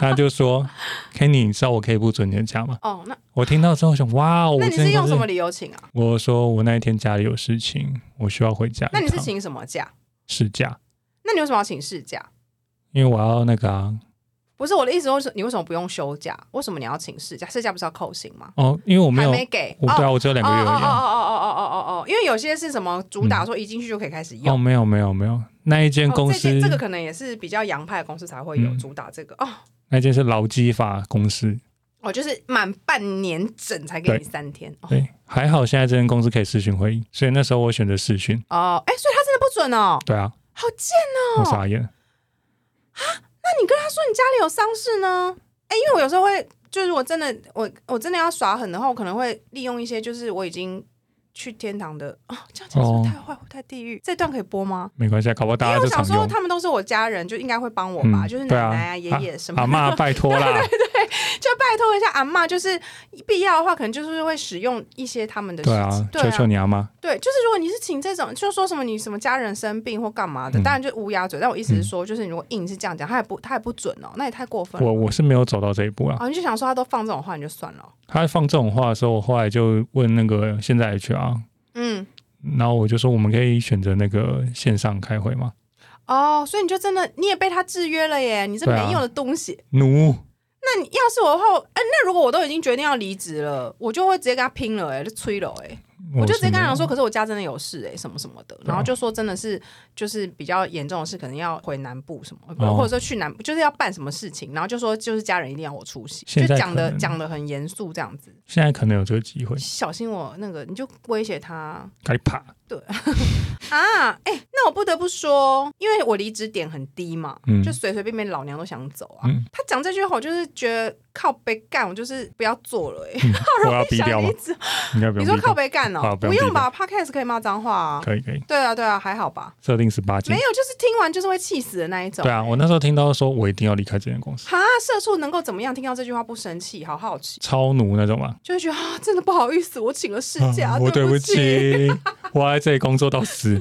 [SPEAKER 3] 他就说，Kenny，你知道我可以不准你的假吗？
[SPEAKER 1] 哦，那
[SPEAKER 3] 我听到之后想，哇，哦我
[SPEAKER 1] 那你
[SPEAKER 3] 真
[SPEAKER 1] 是
[SPEAKER 3] 的
[SPEAKER 1] 用
[SPEAKER 3] 是
[SPEAKER 1] 什么理由请啊？
[SPEAKER 3] 我说我那一天家里有事情，我需要回家一
[SPEAKER 1] 那
[SPEAKER 3] 趟。
[SPEAKER 1] 你是请什么假？
[SPEAKER 3] 事假？
[SPEAKER 1] 那你为什么要请事假？
[SPEAKER 3] 因为我要那个啊，
[SPEAKER 1] 不是我的意思，是你为什么不用休假？为什么你要请事假？事假不是要扣薪吗？
[SPEAKER 3] 哦，因为我没
[SPEAKER 1] 还
[SPEAKER 3] 有，
[SPEAKER 1] 没给。
[SPEAKER 3] 我
[SPEAKER 1] 哦
[SPEAKER 3] 对啊，我只有两个月
[SPEAKER 1] 哦哦
[SPEAKER 3] 而已
[SPEAKER 1] 哦
[SPEAKER 3] 啊、嗯
[SPEAKER 1] 哦哦哦哦哦哦，因为有些是什么主打说一进去就可以开始
[SPEAKER 3] 哦，
[SPEAKER 1] 用。哦
[SPEAKER 3] 没有没有没有，那一间公
[SPEAKER 1] 这
[SPEAKER 3] 司，
[SPEAKER 1] 些这个可能也是比较洋派的公司才会有
[SPEAKER 3] 嗯
[SPEAKER 1] 主打这个、哦。
[SPEAKER 3] 那一间是劳基法公司，
[SPEAKER 1] 哦，就是满半年整才给你
[SPEAKER 3] 对
[SPEAKER 1] 三天。哦，
[SPEAKER 3] 对，还好现在这间公司可以视讯会议，所以那时候我选择视讯。
[SPEAKER 1] 哦哎、所以他真的不准哦，
[SPEAKER 3] 对啊，
[SPEAKER 1] 好贱
[SPEAKER 3] 我
[SPEAKER 1] 哦。
[SPEAKER 3] 傻眼。
[SPEAKER 1] 那你跟他说你家里有丧事呢？哎、因为我有时候会，就是我真的，我我真的要耍狠的话，我可能会利用一些，就是我已经去天堂的哦，这样讲是不是太坏或太地狱？这段可以播吗？
[SPEAKER 3] 没关系啊，搞不好
[SPEAKER 1] 因
[SPEAKER 3] 大
[SPEAKER 1] 为
[SPEAKER 3] 家
[SPEAKER 1] 我
[SPEAKER 3] 就
[SPEAKER 1] 想
[SPEAKER 3] 常
[SPEAKER 1] 说，
[SPEAKER 3] 用。
[SPEAKER 1] 他们都是我家人，就应该会帮我吧，就是奶
[SPEAKER 3] 对啊
[SPEAKER 1] 奶啊、爷爷、什么
[SPEAKER 3] 阿
[SPEAKER 1] 的。
[SPEAKER 3] 妈，拜托啦，
[SPEAKER 1] 就拜托一下阿嬷，就是必要的话，可能就是会使用一些他们的
[SPEAKER 3] 对啊，
[SPEAKER 1] 对
[SPEAKER 3] 求求你阿妈，
[SPEAKER 1] 对，就是如果你是请这种，就说什么你什么家人生病或干嘛的，
[SPEAKER 3] 嗯
[SPEAKER 1] 当然就乌鸦嘴。但我意思是说，就是你如果硬是这样讲，他也不他也不准哦，那也太过分了。
[SPEAKER 3] 我我是没有走到这一步啊。
[SPEAKER 1] 啊，你就想说他都放这种话，你就算了。哦
[SPEAKER 3] 他放这种话的时候，我后来就问那个现在 HR，
[SPEAKER 1] 嗯，
[SPEAKER 3] 然后我就说我们可以选择那个线上开会吗？
[SPEAKER 1] 哦，所以你就真的你也被他制约了耶，你这
[SPEAKER 3] 对啊
[SPEAKER 1] 没用的东西。
[SPEAKER 3] 奴，
[SPEAKER 1] 那你要是我的话，我哎、那如果我都已经决定要离职了，我就会直接跟他拼了，哎，就吹了，哎。我就直接跟他讲说，可是我家真的有事哎、什么什么的，
[SPEAKER 3] 啊
[SPEAKER 1] 然后就说真的是就是比较严重的事，可能要回南部什么，
[SPEAKER 3] 哦
[SPEAKER 1] 或者说去南部就是要办什么事情，然后就说就是家人一定要我出席，
[SPEAKER 3] 现
[SPEAKER 1] 就
[SPEAKER 3] 在
[SPEAKER 1] 讲
[SPEAKER 3] 可
[SPEAKER 1] 的
[SPEAKER 3] 能嗯
[SPEAKER 1] 讲的很严肃这样子，
[SPEAKER 3] 现在可能有这个机会，
[SPEAKER 1] 小心我那个你就威胁他
[SPEAKER 3] 该怕。
[SPEAKER 1] 啊，哎、那我不得不说，因为我离职点很低嘛，
[SPEAKER 3] 嗯
[SPEAKER 1] 就随随便便老娘都想走啊，
[SPEAKER 3] 嗯
[SPEAKER 1] 他讲这句话我就是觉得靠背干，我就是不要做了哎、
[SPEAKER 3] 嗯我要 逼
[SPEAKER 1] 想
[SPEAKER 3] 掉吗
[SPEAKER 1] 离？职，
[SPEAKER 3] 应该不
[SPEAKER 1] 你
[SPEAKER 3] 用
[SPEAKER 1] 说
[SPEAKER 3] 逼
[SPEAKER 1] 靠
[SPEAKER 3] 掉。
[SPEAKER 1] 背干哦、
[SPEAKER 3] 好不
[SPEAKER 1] 不
[SPEAKER 3] 用
[SPEAKER 1] 用
[SPEAKER 3] 逼掉
[SPEAKER 1] 吧，Podcast 可以骂脏话啊。
[SPEAKER 3] 可以可以，
[SPEAKER 1] 对啊，对啊，还好吧。
[SPEAKER 3] 设定十八禁
[SPEAKER 1] 没。有，就是听完就是会气死的那一种。
[SPEAKER 3] 对啊，我那时候听到说我一定要离开这间公司，
[SPEAKER 1] 哈，社畜能够怎么样？听到这句话不生气，好好奇，
[SPEAKER 3] 超奴那种嘛。
[SPEAKER 1] 就会觉得啊，真的不好意思，我请了 事假，
[SPEAKER 3] 啊我
[SPEAKER 1] 对
[SPEAKER 3] 对不
[SPEAKER 1] 起。
[SPEAKER 3] 起， 我在这里工作到死。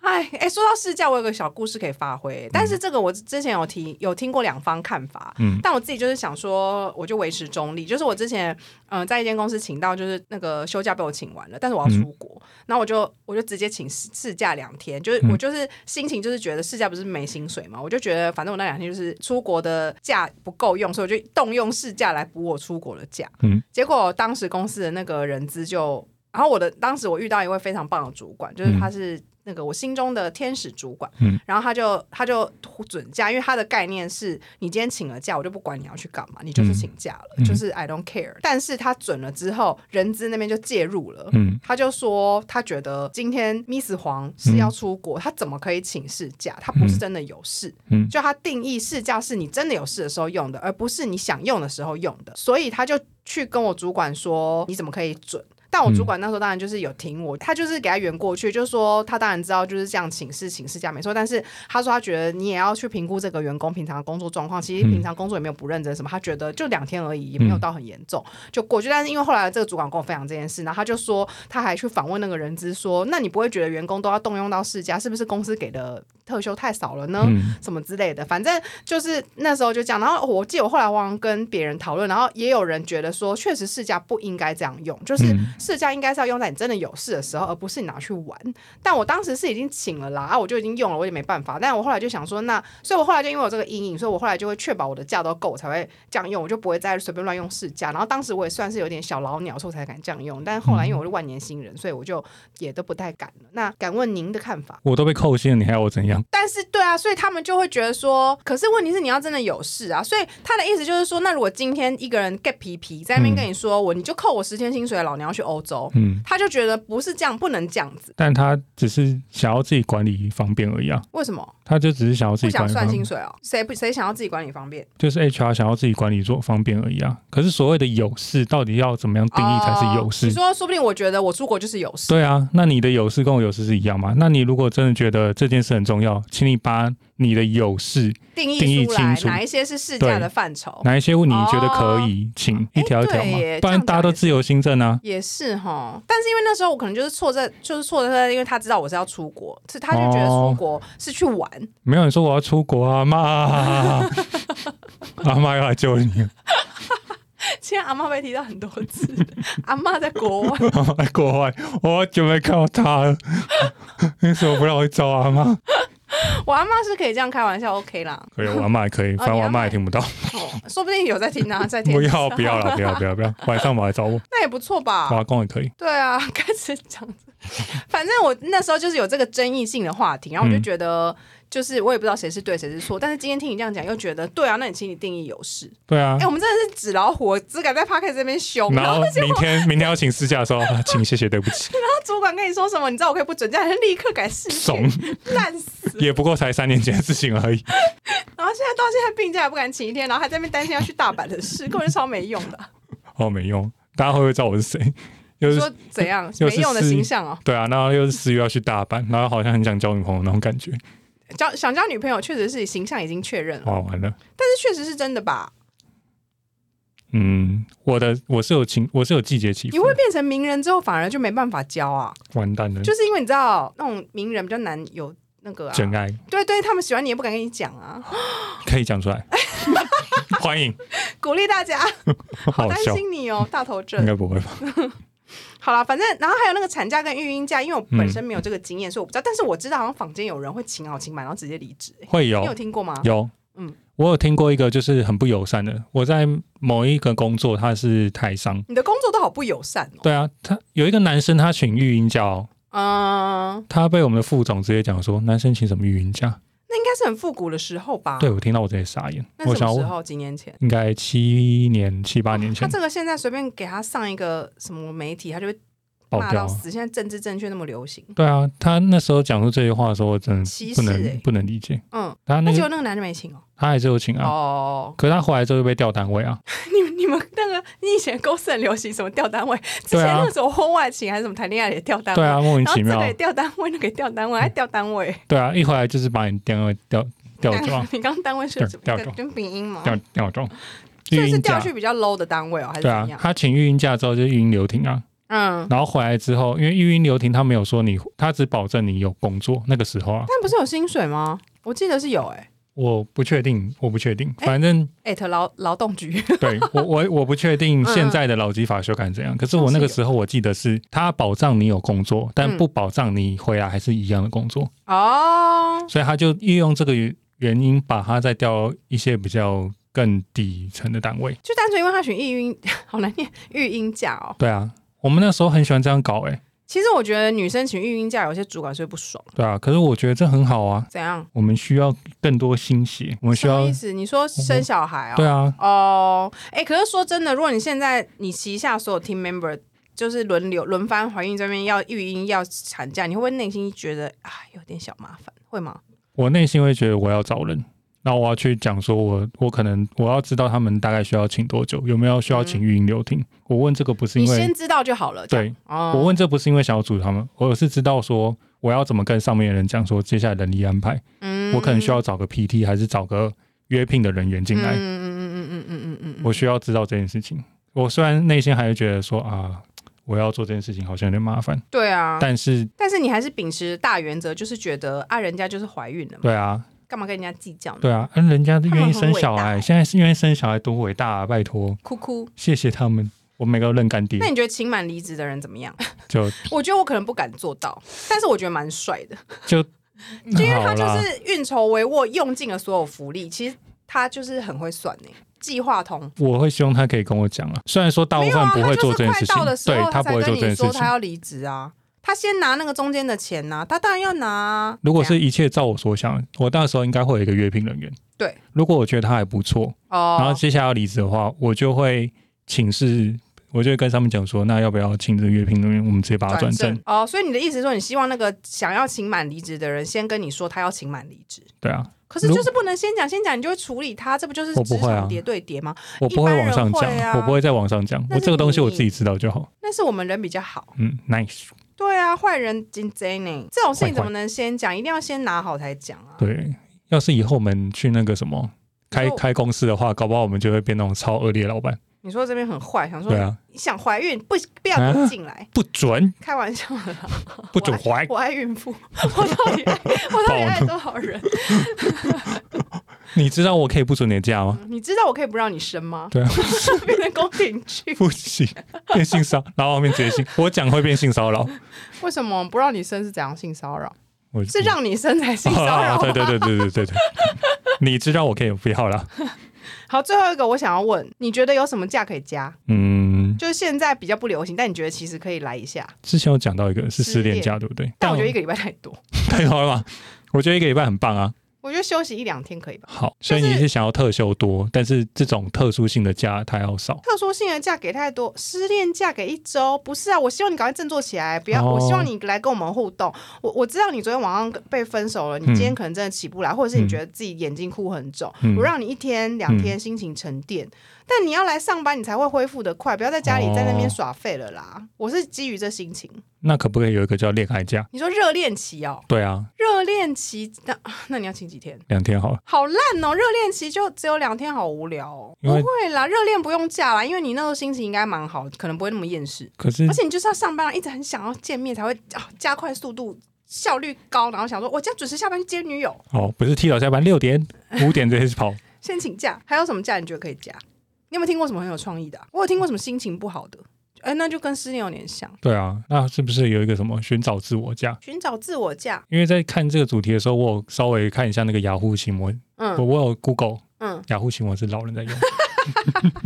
[SPEAKER 1] 哎哎，说到事假，我有个小故事可以发挥，但是这个我之前有提有听过两方看法，
[SPEAKER 3] 嗯
[SPEAKER 1] 但我自己就是想说，我就维持中立。就是我之前嗯、呃在一间公司请到，就是那个休假被我请完了，但是我
[SPEAKER 3] 嗯
[SPEAKER 1] 要出国，然后我就我就直接请事事假两天，就是
[SPEAKER 3] 嗯
[SPEAKER 1] 我就是心情就是觉得事假不是没薪水嘛，我就觉得反正我那两天就是出国的假不够用，所以我就动用事假来补我出国的假。
[SPEAKER 3] 嗯
[SPEAKER 1] 结果当时公司的那个人资就。然后我的当时我遇到一位非常棒的主管，就是他是那个我心中的天使主管，
[SPEAKER 3] 嗯
[SPEAKER 1] 然后他就他就准假，因为他的概念是你今天请了假，我就不管你要去干嘛，你就是请假了，
[SPEAKER 3] 嗯
[SPEAKER 1] 就是 I don't care。但是他准了之后，人资那边就介入了。
[SPEAKER 3] 嗯
[SPEAKER 1] 他就说，他觉得今天 Miss 黄是要出国，他怎么可以请事假？他不是真的有事，
[SPEAKER 3] 嗯
[SPEAKER 1] 就他定义事假是你真的有事的时候用的，而不是你想用的时候用的，所以他就去跟我主管说，你怎么可以准？但我主管那时候当然就是有听我，他就是给他圆过去，就说他当然知道就是这样请示请示假没错，但是他说他觉得你也要去评估这个员工平常的工作状况，其实平常工作也没有不认真什么，他觉得就两天而已，也没有到很严重，就过去。但是因为后来这个主管跟我分享这件事，然后他就说他还去访问那个人资说，那你不会觉得员工都要动用到事假，是不是公司给的特休太少了呢？
[SPEAKER 3] 嗯
[SPEAKER 1] 什么之类的，反正就是那时候就这样。然后我记得我后来忘了跟别人讨论，然后也有人觉得说，确实试驾不应该这样用，就是
[SPEAKER 3] 嗯
[SPEAKER 1] 试驾应该是要用在你真的有事的时候，而不是你拿去玩。但我当时是已经请了啦，啊，我就已经用了，我也没办法。但我后来就想说，那所以我后来就因为有这个阴影，所以我后来就会确保我的假都够，我才会这样用，我就不会再随便乱用试驾。然后当时我也算是有点小老鸟，所以我才敢这样用。但后来因为我是万年新人，所以我就也都不太敢了。那敢问您的看法？
[SPEAKER 3] 我都被扣薪了，你还要我怎样？
[SPEAKER 1] 但是对啊，所以他们就会觉得说，可是问题是你要真的有事啊，所以他的意思就是说，那如果今天一个人 get 皮皮在那边跟你说、我，你就扣我十天薪水，老娘要去欧洲，
[SPEAKER 3] 嗯，
[SPEAKER 1] 他就觉得不是这样，不能这样子，
[SPEAKER 3] 但他只是想要自己管理方便而已啊，
[SPEAKER 1] 为什么
[SPEAKER 3] 他就只是想要自
[SPEAKER 1] 不
[SPEAKER 3] 己
[SPEAKER 1] 想
[SPEAKER 3] 管理
[SPEAKER 1] 算
[SPEAKER 3] 方
[SPEAKER 1] 薪水哦？谁不谁想要自己管理方便？
[SPEAKER 3] 就是 HR 想要自己管理做方便而已啊。可是所谓的有事，到底要怎么样定义才是有
[SPEAKER 1] 哦
[SPEAKER 3] 事
[SPEAKER 1] 你？说，说不定我觉得我出国就是有事，
[SPEAKER 3] 对啊，那你的有事跟我有事是一样吗？那你如果真的觉得这件事很重要，请你把你的有事
[SPEAKER 1] 定
[SPEAKER 3] 定
[SPEAKER 1] 义
[SPEAKER 3] 义
[SPEAKER 1] 出来
[SPEAKER 3] 清楚
[SPEAKER 1] 哪一些是事假的范畴，
[SPEAKER 3] 哪一些你觉得可以，请一条一条
[SPEAKER 1] 哦诶
[SPEAKER 3] 嘛
[SPEAKER 1] 对耶，
[SPEAKER 3] 不然大家都自由新政啊。
[SPEAKER 1] 也是哈，但是因为那时候我可能就是错在，就是错在，因为他知道我是要出国，是他就觉得
[SPEAKER 3] 哦
[SPEAKER 1] 出国是去玩，
[SPEAKER 3] 没有人说我要出国啊，妈， 阿妈要来救你，
[SPEAKER 1] 现在阿妈被提到很多次， 阿妈在国外，
[SPEAKER 3] 阿妈在国外，我好久没看到她了， 你为什么不让我去找阿妈？
[SPEAKER 1] 我阿妈是可以这样开玩笑，OK 啦。
[SPEAKER 3] 可以，我阿妈也可以，
[SPEAKER 1] 哦
[SPEAKER 3] 反正我
[SPEAKER 1] 你阿
[SPEAKER 3] 阿
[SPEAKER 1] 嬷
[SPEAKER 3] 妈也听不到。
[SPEAKER 1] 哦，说不定有在听啊，在听。
[SPEAKER 3] 不要不要了，不要不 要不要，晚上我来找我，
[SPEAKER 1] 那也不错吧
[SPEAKER 3] 我？阿公也可以。
[SPEAKER 1] 对啊， 开始讲。反正我那时候就是有这个争议性的话题，然后我就
[SPEAKER 3] 嗯
[SPEAKER 1] 觉得，就是我也不知道谁是对谁是错，但是今天听你这样讲，又觉得对啊，那你请你定义有事。
[SPEAKER 3] 对啊
[SPEAKER 1] 哎、，我们真的是纸老虎，只敢在 p a r k 这边凶。
[SPEAKER 3] 然
[SPEAKER 1] 然
[SPEAKER 3] 后
[SPEAKER 1] 后
[SPEAKER 3] 明天明天要请事假的时候， 啊请谢谢对不 起，
[SPEAKER 1] 主管跟你说什么，你知道我可以不准假，就立刻改事情
[SPEAKER 3] 怂，，
[SPEAKER 1] 烂死。
[SPEAKER 3] 也不过才三年前的事情而已。
[SPEAKER 1] 然后现在到现在病假也不敢请一天，然后还在那边担心要去大阪的事， 根本就超没用的啊、
[SPEAKER 3] 哦，没用，大家会不会知道我是谁？又是
[SPEAKER 1] 说怎样
[SPEAKER 3] 又
[SPEAKER 1] 没
[SPEAKER 3] 是
[SPEAKER 1] 用的
[SPEAKER 3] 四
[SPEAKER 1] 形象哦，
[SPEAKER 3] 对啊，然后又是四月要去大阪，然后好像很想交女朋友那种感觉。
[SPEAKER 1] 交想交女朋友确实是形象已经确认了，
[SPEAKER 3] 哇，完了，
[SPEAKER 1] 但是确实是真的吧？
[SPEAKER 3] 嗯，我的我是有情，我是有季节起
[SPEAKER 1] 你
[SPEAKER 3] 伏
[SPEAKER 1] 会
[SPEAKER 3] 的，
[SPEAKER 1] 变成名人之后反而就没办法交啊，
[SPEAKER 3] 完蛋了，
[SPEAKER 1] 就是因为你知道那种名人比较难有那个啊，
[SPEAKER 3] 真爱
[SPEAKER 1] 对对，他们喜欢你也不敢跟你讲啊，
[SPEAKER 3] 可以 讲出来，欢迎，
[SPEAKER 1] 鼓励大家，
[SPEAKER 3] 好
[SPEAKER 1] 担
[SPEAKER 3] 笑，嗯
[SPEAKER 1] 心你哦，大头症
[SPEAKER 3] 应。该不会吧？
[SPEAKER 1] 好啦，反正然后还有那个产假跟育婴假，因为我本
[SPEAKER 3] 嗯
[SPEAKER 1] 身没有这个经验，所以我不知道，但是我知道好像坊间有人会请好请满，然后直接离职、欸
[SPEAKER 3] 会有
[SPEAKER 1] 你有听过吗？
[SPEAKER 3] 有，
[SPEAKER 1] 嗯
[SPEAKER 3] 嗯，我有听过一个就是很不友善的，我在某一个工作，他是台商，
[SPEAKER 1] 你的工作都好不友善哦。
[SPEAKER 3] 对啊，他有一个男生他请育婴假、哦，
[SPEAKER 1] 嗯，
[SPEAKER 3] 他被我们的副总直接讲说，男生请什么育婴假？
[SPEAKER 1] 那应该是很复古的时候吧？
[SPEAKER 3] 对，我听到我直接傻眼，
[SPEAKER 1] 啊那
[SPEAKER 3] 我
[SPEAKER 1] 什
[SPEAKER 3] 想
[SPEAKER 1] 么时
[SPEAKER 3] 我嗯
[SPEAKER 1] 候？几年前？
[SPEAKER 3] 应该七年七八年
[SPEAKER 1] 他
[SPEAKER 3] 前
[SPEAKER 1] 这个现在随便给他上一个什么媒体，他就会
[SPEAKER 3] 爆
[SPEAKER 1] 骂
[SPEAKER 3] 掉啊
[SPEAKER 1] 到
[SPEAKER 3] 了。
[SPEAKER 1] 死。现在政治正确那么流行，
[SPEAKER 3] 对啊，他那时候讲出这些话的时候，我真的
[SPEAKER 1] 歧视
[SPEAKER 3] 不能、
[SPEAKER 1] 欸
[SPEAKER 3] 不能理解。
[SPEAKER 1] 嗯，
[SPEAKER 3] 他
[SPEAKER 1] 那
[SPEAKER 3] 那
[SPEAKER 1] 结
[SPEAKER 3] 个
[SPEAKER 1] 果那个男的没请哦。
[SPEAKER 3] 他还是有请啊，
[SPEAKER 1] 哦，
[SPEAKER 3] 可是他回来之后就被调单位啊。
[SPEAKER 1] 你们你们那个你以前公司很流行什么调单位，之前
[SPEAKER 3] 对啊
[SPEAKER 1] 那个时候婚外情还是什么谈恋爱也调单位，
[SPEAKER 3] 对啊，莫名
[SPEAKER 1] 然后
[SPEAKER 3] 其
[SPEAKER 1] 这
[SPEAKER 3] 妙
[SPEAKER 1] 个。也调单位，那个也调单位，还调单位。
[SPEAKER 3] 对啊，一回来就是把你单位调 调走啊，
[SPEAKER 1] 你刚单位是
[SPEAKER 3] 调
[SPEAKER 1] 怎么
[SPEAKER 3] 调
[SPEAKER 1] 跟
[SPEAKER 3] 动
[SPEAKER 1] 跟鼻音吗？
[SPEAKER 3] 调调走。
[SPEAKER 1] 所以
[SPEAKER 3] 育
[SPEAKER 1] 是
[SPEAKER 3] 婴
[SPEAKER 1] 调
[SPEAKER 3] 假
[SPEAKER 1] 去比较 low 的单位哦，还是
[SPEAKER 3] 对
[SPEAKER 1] 怎
[SPEAKER 3] 啊，
[SPEAKER 1] 样？
[SPEAKER 3] 他请育婴假之后就育婴留停啊，
[SPEAKER 1] 嗯，
[SPEAKER 3] 然后回来之后，因为育婴留停他没有说你，他只保证你有工作那个时候啊，
[SPEAKER 1] 但不是有薪水吗？我记得是有哎
[SPEAKER 3] 我不确定，我不确定，反正、
[SPEAKER 1] ，at 劳劳动局
[SPEAKER 3] 对我我我不确定
[SPEAKER 1] 嗯嗯
[SPEAKER 3] 现在的劳基法修改怎样，可是我那个时候我记得是他保障你有工作，但
[SPEAKER 1] 嗯
[SPEAKER 3] 不保障你回来还是一样的工作，
[SPEAKER 1] 哦，
[SPEAKER 3] 所以他就利用这个原因把他再调一些比较更底层的单位，
[SPEAKER 1] 就单纯因为他选育婴，好难念育婴假哦。
[SPEAKER 3] 对啊。我们那时候很喜欢这样搞、欸，哎，
[SPEAKER 1] 其实我觉得女生请育婴假，有些主管是会不爽，
[SPEAKER 3] 对啊。可是我觉得这很好啊，
[SPEAKER 1] 怎样？
[SPEAKER 3] 我们需要更多新血，我们需
[SPEAKER 1] 什么
[SPEAKER 3] 要
[SPEAKER 1] 意思？你说生小孩哦？
[SPEAKER 3] 对啊，
[SPEAKER 1] 哦，哎、可是说真的，如果你现在你旗下所有 team member 就是轮流轮番怀孕这边要育婴要产假，你会不会内心觉得啊有点小麻烦？会吗？
[SPEAKER 3] 我内心会觉得我要找人，那我要去讲说我我可能我要知道他们大概需要请多久，有没有需要请运营留停。我问这个不是
[SPEAKER 1] 你
[SPEAKER 3] 因为
[SPEAKER 1] 先知道就好了。这样
[SPEAKER 3] 对，
[SPEAKER 1] 哦，
[SPEAKER 3] 我问这不是因为想要阻止他们，我是知道说我要怎么跟上面的人讲说接下来人力安排，
[SPEAKER 1] 嗯
[SPEAKER 3] 我可能需要找个 PT 还是找个约聘的人员进来，
[SPEAKER 1] 嗯嗯嗯嗯嗯嗯嗯嗯，
[SPEAKER 3] 我需要知道这件事情。我虽然内心还是觉得说啊。我要做这件事情好像有点麻烦，
[SPEAKER 1] 对啊。
[SPEAKER 3] 但是
[SPEAKER 1] 但是你还是秉持大原则，就是觉得啊，人家就是怀孕了嘛，
[SPEAKER 3] 对啊，
[SPEAKER 1] 干嘛跟人家计较呢？
[SPEAKER 3] 对啊，嗯，人家
[SPEAKER 1] 们
[SPEAKER 3] 愿意
[SPEAKER 1] 很
[SPEAKER 3] 生
[SPEAKER 1] 伟
[SPEAKER 3] 小
[SPEAKER 1] 大
[SPEAKER 3] 孩，现在是愿意生小孩多伟大啊！拜托，
[SPEAKER 1] 哭哭。
[SPEAKER 3] 谢谢他们，我每个都认干爹
[SPEAKER 1] 那，你觉得请满离职的人怎么样？
[SPEAKER 3] 就
[SPEAKER 1] 我觉得我可能不敢做到，但是我觉得蛮帅的。
[SPEAKER 3] 就
[SPEAKER 1] 就因为
[SPEAKER 3] 好
[SPEAKER 1] 他就
[SPEAKER 3] 啦，
[SPEAKER 1] 是运筹帷幄，用尽了所有福利，其实他就是很会算呢、计划通。
[SPEAKER 3] 我会希望他可以跟我讲啊，虽然说大部
[SPEAKER 1] 没有
[SPEAKER 3] 分
[SPEAKER 1] 啊，
[SPEAKER 3] 不会做这件
[SPEAKER 1] 他就是
[SPEAKER 3] 事情
[SPEAKER 1] 快到的，时
[SPEAKER 3] 对
[SPEAKER 1] 候，
[SPEAKER 3] 他不
[SPEAKER 1] 才
[SPEAKER 3] 会
[SPEAKER 1] 跟
[SPEAKER 3] 做这
[SPEAKER 1] 你
[SPEAKER 3] 件事
[SPEAKER 1] 说
[SPEAKER 3] 情
[SPEAKER 1] 他。要离职啊。他先拿那个中间的钱呐、他当然要拿啊、
[SPEAKER 3] 如果是
[SPEAKER 1] 这样
[SPEAKER 3] 一切照我所想，我到时候应该会有一个约聘人员。
[SPEAKER 1] 对，
[SPEAKER 3] 如果我觉得他还不错，然后
[SPEAKER 1] 哦，
[SPEAKER 3] 接下来要离职的话，我就会请示，我就会跟他们讲说，那要不要请这个约聘人员，我们直接把他转正？
[SPEAKER 1] 哦，所以你的意思是说，你希望那个想要请满离职的人先跟你说他要请满离职，
[SPEAKER 3] 对啊，
[SPEAKER 1] 可是
[SPEAKER 3] 如
[SPEAKER 1] 就是不能先讲，先讲你就会处理他，这不就是
[SPEAKER 3] 我不
[SPEAKER 1] 职
[SPEAKER 3] 会啊
[SPEAKER 1] 场叠对叠吗？
[SPEAKER 3] 我不会往上
[SPEAKER 1] 一
[SPEAKER 3] 讲
[SPEAKER 1] 般人会，啊
[SPEAKER 3] 我不会在网上讲，
[SPEAKER 1] 那
[SPEAKER 3] 我
[SPEAKER 1] 是
[SPEAKER 3] 这个东西
[SPEAKER 1] 你
[SPEAKER 3] 我自己知道就好。
[SPEAKER 1] 那是我们人比较好。
[SPEAKER 3] 嗯，nice，
[SPEAKER 1] 对啊，坏人真贼呢，这种事
[SPEAKER 3] 坏
[SPEAKER 1] 情
[SPEAKER 3] 坏
[SPEAKER 1] 怎么能先讲？一定要先拿好才讲啊。
[SPEAKER 3] 对。要是以后我们去那个什么开
[SPEAKER 1] 就
[SPEAKER 3] 开公司的话，搞不好我们就会变那种超恶劣的老板。
[SPEAKER 1] 你说这边很坏，想说
[SPEAKER 3] 对啊，
[SPEAKER 1] 你想怀孕不不要给我进来，
[SPEAKER 3] 不 准
[SPEAKER 1] 开玩笑的啦，
[SPEAKER 3] 不准怀
[SPEAKER 1] 我爱孕 妇，我到底爱我到底爱多少人？
[SPEAKER 3] 你知道我可以不准你的假吗？
[SPEAKER 1] 你知道我可以不让你生吗？
[SPEAKER 3] 对啊，
[SPEAKER 1] 变成宫廷剧，
[SPEAKER 3] 不行，变性骚，然后后面 直接性，我讲会变性骚扰，
[SPEAKER 1] 为什么不让你生是怎样性骚扰？
[SPEAKER 3] 我
[SPEAKER 1] 是 让你生才性骚扰
[SPEAKER 3] 哦
[SPEAKER 1] 吗、
[SPEAKER 3] 对对对对对对对，你知道我可以不要了，
[SPEAKER 1] 好，最后一个我想要问，你觉得有什么价可以加？
[SPEAKER 3] 嗯，
[SPEAKER 1] 就是现在比较不流行，但你觉得其实可以来一下？
[SPEAKER 3] 之前有讲到一个是
[SPEAKER 1] 失
[SPEAKER 3] 失恋
[SPEAKER 1] 恋
[SPEAKER 3] 假，对不对？
[SPEAKER 1] 但我觉得一个礼拜太多，
[SPEAKER 3] 太好了吧？我觉得一个礼拜很棒啊。
[SPEAKER 1] 我觉得休息一两天可以吧。
[SPEAKER 3] 好，所以
[SPEAKER 1] 但
[SPEAKER 3] 你
[SPEAKER 1] 是
[SPEAKER 3] 是想要特休多，但是这种特殊性的假它要少。
[SPEAKER 1] 特殊性的假给太多，失恋假给一周，不是啊！我希望你赶快振作起来，不要，
[SPEAKER 3] 哦
[SPEAKER 1] 我希望你来跟我们互动。我我知道你昨天晚上被分手了，你
[SPEAKER 3] 嗯
[SPEAKER 1] 今天可能真的起不来，或者是你觉得自己眼睛哭很肿，
[SPEAKER 3] 嗯
[SPEAKER 1] 我让你一天两天心情沉淀，但你要来上班，你才会恢复的快，不要在家里
[SPEAKER 3] 哦
[SPEAKER 1] 在那边耍废了啦。我是基于这心情，
[SPEAKER 3] 那可不可以有一个叫恋爱假？
[SPEAKER 1] 你说热恋期哦，
[SPEAKER 3] 对啊，
[SPEAKER 1] 热恋期那那你要请几天？
[SPEAKER 3] 两天好了。
[SPEAKER 1] 好烂哦！热恋期就只有两天，好无聊哦。
[SPEAKER 3] 因
[SPEAKER 1] 不
[SPEAKER 3] 为
[SPEAKER 1] 会啦，热恋不用假啦，因为你那时候心情应该蛮好，可能不会那么厌世。
[SPEAKER 3] 可是
[SPEAKER 1] 而且你就是要上班，一直很想要见面，才会啊加快速度，效率高，然后想说我今天准时下班去接女友，
[SPEAKER 3] 哦，不是提早下班 六点五点直接去跑，
[SPEAKER 1] 先请假。还有什么假你觉得可以加？你有没有听过什么很有创意的啊、我有听过什么心情不好的，哎，那就跟失恋有点像。
[SPEAKER 3] 对啊，那是不是有一个什么寻找自我假？
[SPEAKER 1] 寻找自我假，
[SPEAKER 3] 因为在看这个主题的时候，我有稍微看一下那个雅虎奇摩，我
[SPEAKER 1] 嗯
[SPEAKER 3] 我有 Google
[SPEAKER 1] 嗯
[SPEAKER 3] 雅虎奇摩是老人 在用，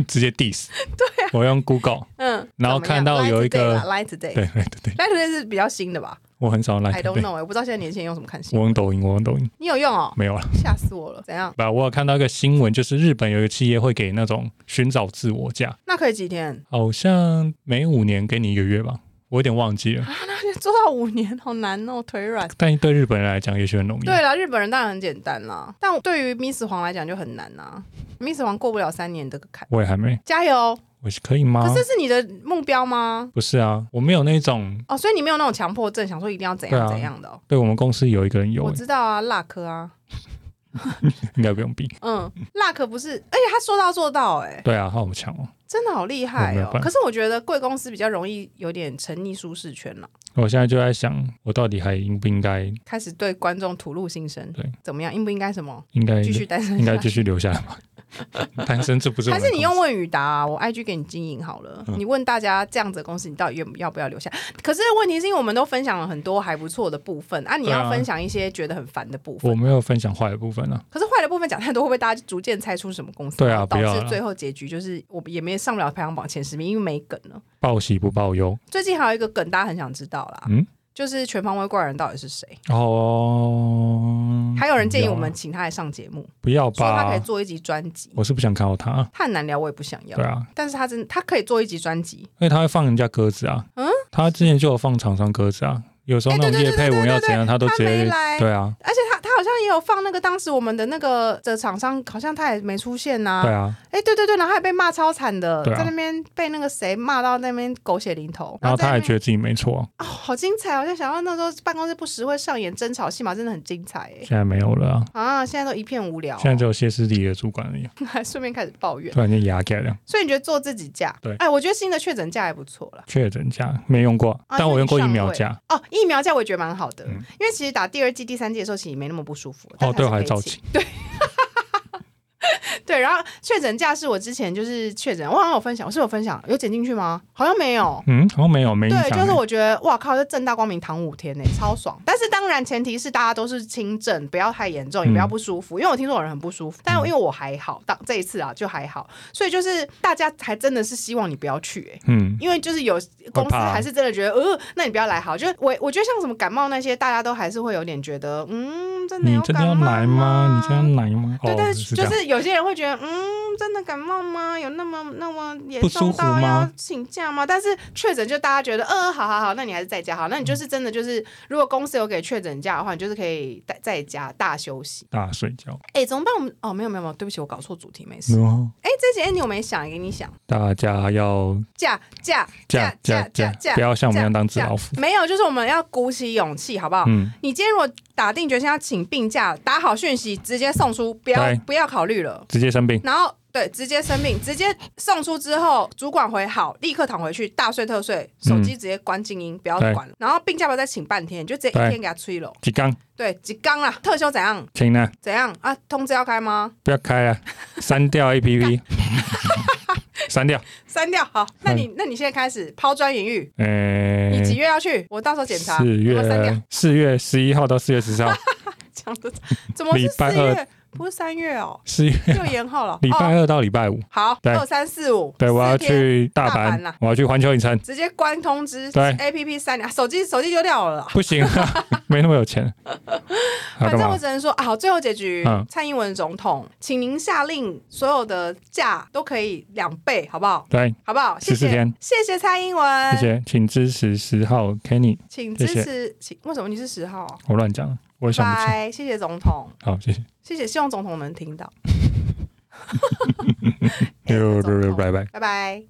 [SPEAKER 3] 直接 diss。对、
[SPEAKER 1] 啊
[SPEAKER 3] 我用 Google，
[SPEAKER 1] 嗯，
[SPEAKER 3] 然后看到有一个
[SPEAKER 1] Line Today，Line
[SPEAKER 3] 对对对对，
[SPEAKER 1] Today 是比较新的吧
[SPEAKER 3] 我很少来
[SPEAKER 1] ？I
[SPEAKER 3] 对，
[SPEAKER 1] don't know，我不知道现在年轻人用什么看新
[SPEAKER 3] 我
[SPEAKER 1] 闻。
[SPEAKER 3] 用抖音，我用抖音，
[SPEAKER 1] 你有用哦？
[SPEAKER 3] 没有了。
[SPEAKER 1] 吓死我了！怎样？
[SPEAKER 3] 吧，我有看到一个新闻，就是日本有一个企业会给那种寻找自我假，
[SPEAKER 1] 那可以几天？
[SPEAKER 3] 好像每五年给你一个月吧，我有点忘记了。
[SPEAKER 1] 做到五年，好难哦，腿软。
[SPEAKER 3] 但对日本人来讲，也许很容易。啊
[SPEAKER 1] 对啦，日本人当然很简单啦，但对于 Miss 黄来讲就很难啦。Miss 黄过不了三年这个坎，
[SPEAKER 3] 我也还没，
[SPEAKER 1] 加油！
[SPEAKER 3] 我是可以吗？
[SPEAKER 1] 可是是你的目标吗？
[SPEAKER 3] 不是啊，我没有那种。
[SPEAKER 1] 哦，所以你没有那种强迫症，想说一定要怎
[SPEAKER 3] 对
[SPEAKER 1] 样
[SPEAKER 3] 啊
[SPEAKER 1] 怎样的、哦。
[SPEAKER 3] 对我们公司有一个人有
[SPEAKER 1] 我
[SPEAKER 3] 欸，
[SPEAKER 1] 知道啊，辣科啊，
[SPEAKER 3] 应该不用比。
[SPEAKER 1] 嗯，辣科不是，而且他说到做到、哎，
[SPEAKER 3] 对啊，好强哦！
[SPEAKER 1] 真的好厉害
[SPEAKER 3] 没有
[SPEAKER 1] 哦
[SPEAKER 3] 办。法
[SPEAKER 1] 可是我觉得贵公司比较容易有点沉溺舒适圈了，
[SPEAKER 3] 我现在就在想，我到底还应不应该，
[SPEAKER 1] 开始对观众吐露心声
[SPEAKER 3] 对，
[SPEAKER 1] 怎么样，应不应该什么
[SPEAKER 3] 应该
[SPEAKER 1] 继续单身
[SPEAKER 3] 应该
[SPEAKER 1] 下
[SPEAKER 3] 继
[SPEAKER 1] 去？
[SPEAKER 3] 续留下来吧？单身这不是我
[SPEAKER 1] 还
[SPEAKER 3] 们
[SPEAKER 1] 是你
[SPEAKER 3] 公嗯
[SPEAKER 1] 用问语答啊、我 IG 给你经营好了。你问大家这样子的公司，你到底愿不要不要留下？可是问题是因为我们都分享了很多还不错的部分啊，你
[SPEAKER 3] 对
[SPEAKER 1] 要
[SPEAKER 3] 啊
[SPEAKER 1] 分享一些觉得很烦的部
[SPEAKER 3] 司
[SPEAKER 1] 分。
[SPEAKER 3] 我没有分享坏的部分啊，
[SPEAKER 1] 可是坏的部分讲太多，会不会大家逐渐猜出什么公司？
[SPEAKER 3] 对啊
[SPEAKER 1] 然后导
[SPEAKER 3] 不要
[SPEAKER 1] 致
[SPEAKER 3] 了
[SPEAKER 1] 最后结局就是我们也没上不了排行榜前十名，因为没梗了。
[SPEAKER 3] 报喜不报忧
[SPEAKER 1] 最近还有一个梗，大家很想知道啦，
[SPEAKER 3] 嗯
[SPEAKER 1] 就是全方位怪人到底是谁？
[SPEAKER 3] 哦。
[SPEAKER 1] 还有人建议我
[SPEAKER 3] 不要
[SPEAKER 1] 们
[SPEAKER 3] 啊
[SPEAKER 1] 请他来上节目，
[SPEAKER 3] 不要
[SPEAKER 1] 说他可以
[SPEAKER 3] 吧，
[SPEAKER 1] 做一集专辑。
[SPEAKER 3] 啊我是不想看到他，
[SPEAKER 1] 他很难聊，我也不想要
[SPEAKER 3] 对。啊，
[SPEAKER 1] 但是他真他可以做一集专辑，
[SPEAKER 3] 因为他会放人家鸽子啊，
[SPEAKER 1] 嗯
[SPEAKER 3] 他之前就有放厂商鸽子啊，有时候那
[SPEAKER 1] 哎
[SPEAKER 3] 种
[SPEAKER 1] 对对对
[SPEAKER 3] 叶配文要怎样，他都
[SPEAKER 1] 他
[SPEAKER 3] 直接
[SPEAKER 1] 没来，
[SPEAKER 3] 对啊，
[SPEAKER 1] 而且他他好像也有放那个当时我们的那个的厂商，好像他也没出现呐、
[SPEAKER 3] 对啊，
[SPEAKER 1] 哎、对对对，然后他也被骂超惨的，
[SPEAKER 3] 对啊
[SPEAKER 1] 在那边被那个谁骂到那边狗血淋头，
[SPEAKER 3] 然后
[SPEAKER 1] 在
[SPEAKER 3] 他
[SPEAKER 1] 那
[SPEAKER 3] 还
[SPEAKER 1] 边
[SPEAKER 3] 觉得自己没错啊，
[SPEAKER 1] 哦，好精彩哦！我就想到那时候办公室不时会上演争吵戏嘛，真的很精彩 哎。
[SPEAKER 3] 现在没有了啊，
[SPEAKER 1] 啊，现在都一片无聊、
[SPEAKER 3] 现在只有歇斯底里的主管而已，
[SPEAKER 1] 还顺便开始抱怨。
[SPEAKER 3] 突然间牙改了，
[SPEAKER 1] 所以你觉得做自己假？
[SPEAKER 3] 对
[SPEAKER 1] 哎，我觉得新的确诊假也不错啦。
[SPEAKER 3] 确诊假没用过，
[SPEAKER 1] 啊
[SPEAKER 3] 但我用过
[SPEAKER 1] 那
[SPEAKER 3] 疫
[SPEAKER 1] 你上
[SPEAKER 3] 苗
[SPEAKER 1] 位
[SPEAKER 3] 假，
[SPEAKER 1] 哦，疫苗假我也觉得蛮好的，
[SPEAKER 3] 嗯
[SPEAKER 1] 因为其实打第二季、第三季的时候，其实没那么不舒服。但
[SPEAKER 3] 哦，
[SPEAKER 1] 是
[SPEAKER 3] 对，我
[SPEAKER 1] 还
[SPEAKER 3] 还
[SPEAKER 1] 是可以
[SPEAKER 3] 照
[SPEAKER 1] 请
[SPEAKER 3] 请，
[SPEAKER 1] 对，然后确诊假是我之前就是确诊，我好像有分享，我是有分享，有剪进去吗？好像没有。
[SPEAKER 3] 嗯，好像没有，没影
[SPEAKER 1] 对，
[SPEAKER 3] 响
[SPEAKER 1] 就是
[SPEAKER 3] 欸，
[SPEAKER 1] 我觉得哇靠，这正大光明躺五天呢、超爽。但是当然前提是大家都是轻症，不要太严重，也
[SPEAKER 3] 嗯
[SPEAKER 1] 不要不舒服。因为我听说有人很不舒服，但因为我还好，当这一次啊就还好，所以就是大家还真的是希望你不要去、欸。
[SPEAKER 3] 嗯，
[SPEAKER 1] 因为就是有公司
[SPEAKER 3] 怕啊
[SPEAKER 1] 还是真的觉得，呃，那你不要来好。就是我我觉得像什么感冒那些，大家都还是会有点觉得，嗯，真的
[SPEAKER 3] 你真的
[SPEAKER 1] 感
[SPEAKER 3] 要
[SPEAKER 1] 冒
[SPEAKER 3] 来吗？你真的要来吗？
[SPEAKER 1] 对，
[SPEAKER 3] 哦，
[SPEAKER 1] 但
[SPEAKER 3] 是
[SPEAKER 1] 是
[SPEAKER 3] 这
[SPEAKER 1] 就
[SPEAKER 3] 样，
[SPEAKER 1] 是有些人会觉得，嗯，真的感冒吗？有那么那么严
[SPEAKER 3] 不舒
[SPEAKER 1] 重
[SPEAKER 3] 服
[SPEAKER 1] 到要
[SPEAKER 3] 吗
[SPEAKER 1] 请假吗？但是确诊就大家觉得，呃，好好好，那你还是在家好。那你就是真的就是，如果公司有给确诊假的话，你就是可以在在家大休息。
[SPEAKER 3] 大睡觉，
[SPEAKER 1] 哎，怎么办？我们哦，没有没有没有，对不起，我搞错主题，没事。
[SPEAKER 3] 然后
[SPEAKER 1] 哎，这集 Andy 我没想，给你想
[SPEAKER 3] 大家要
[SPEAKER 1] 假假
[SPEAKER 3] 假假假，不要像我们一样当纸老虎，
[SPEAKER 1] 没有，就是我们要鼓起勇气，好不好？
[SPEAKER 3] 嗯，
[SPEAKER 1] 你今天如果打定决心要请病假，打好讯息直接送出，不要
[SPEAKER 3] 对
[SPEAKER 1] 不要考虑了。
[SPEAKER 3] 直接生病，
[SPEAKER 1] 然后对，直接生病，直接送出之后，主管回好，立刻躺回去，大睡特睡，手机直接关静音，不要
[SPEAKER 3] 对
[SPEAKER 1] 管了。然后病假不要再请半天，你就直接一
[SPEAKER 3] 对
[SPEAKER 1] 天给他吹了。
[SPEAKER 3] 几缸，
[SPEAKER 1] 对，几缸啦，特休怎样
[SPEAKER 3] 请呢，
[SPEAKER 1] 怎样啊？通知要开吗？
[SPEAKER 3] 不要开啊，删 掉 APP，删掉，
[SPEAKER 1] 删掉好，那你
[SPEAKER 3] 嗯
[SPEAKER 1] 那你现在开始抛砖引玉，
[SPEAKER 3] 呃，
[SPEAKER 1] 你几月要去？我到时候检查。
[SPEAKER 3] 四
[SPEAKER 1] 有没有删掉哦
[SPEAKER 3] 月四月十一号到四月十三号，
[SPEAKER 1] 讲的怎么是
[SPEAKER 3] 礼拜
[SPEAKER 1] 四
[SPEAKER 3] 二
[SPEAKER 1] 月？不是三月哦，
[SPEAKER 3] 四月
[SPEAKER 1] 又延后了。
[SPEAKER 3] 礼拜
[SPEAKER 1] 哦、
[SPEAKER 3] 二到礼拜五，
[SPEAKER 1] 好，
[SPEAKER 3] 对
[SPEAKER 1] 二三四五，
[SPEAKER 3] 对我要
[SPEAKER 1] 四天
[SPEAKER 3] 去大
[SPEAKER 1] 大阪
[SPEAKER 3] 阪
[SPEAKER 1] 啊啦，
[SPEAKER 3] 我要去环球影城，
[SPEAKER 1] 直接关通知
[SPEAKER 3] 对
[SPEAKER 1] ，A P P 删掉，手机手机丢掉了啦。
[SPEAKER 3] 不行 啊，没那么有钱，要
[SPEAKER 1] 反
[SPEAKER 3] 干
[SPEAKER 1] 正
[SPEAKER 3] 嘛
[SPEAKER 1] 我？只能说啊，好，最后结局，
[SPEAKER 3] 嗯
[SPEAKER 1] 蔡英文总统，请您下令所有的假都可以两倍，好不好？
[SPEAKER 3] 对，
[SPEAKER 1] 好不好？谢谢
[SPEAKER 3] 14天，
[SPEAKER 1] 谢谢蔡英文，
[SPEAKER 3] 谢谢，请支持十号 Kenny，
[SPEAKER 1] 请支
[SPEAKER 3] 谢谢
[SPEAKER 1] 持，请为什么你是十号？
[SPEAKER 3] 我乱讲了，我也想不起来，
[SPEAKER 1] 拜，谢谢总统，
[SPEAKER 3] 好，谢谢。
[SPEAKER 1] 谢谢，希望总统能听到。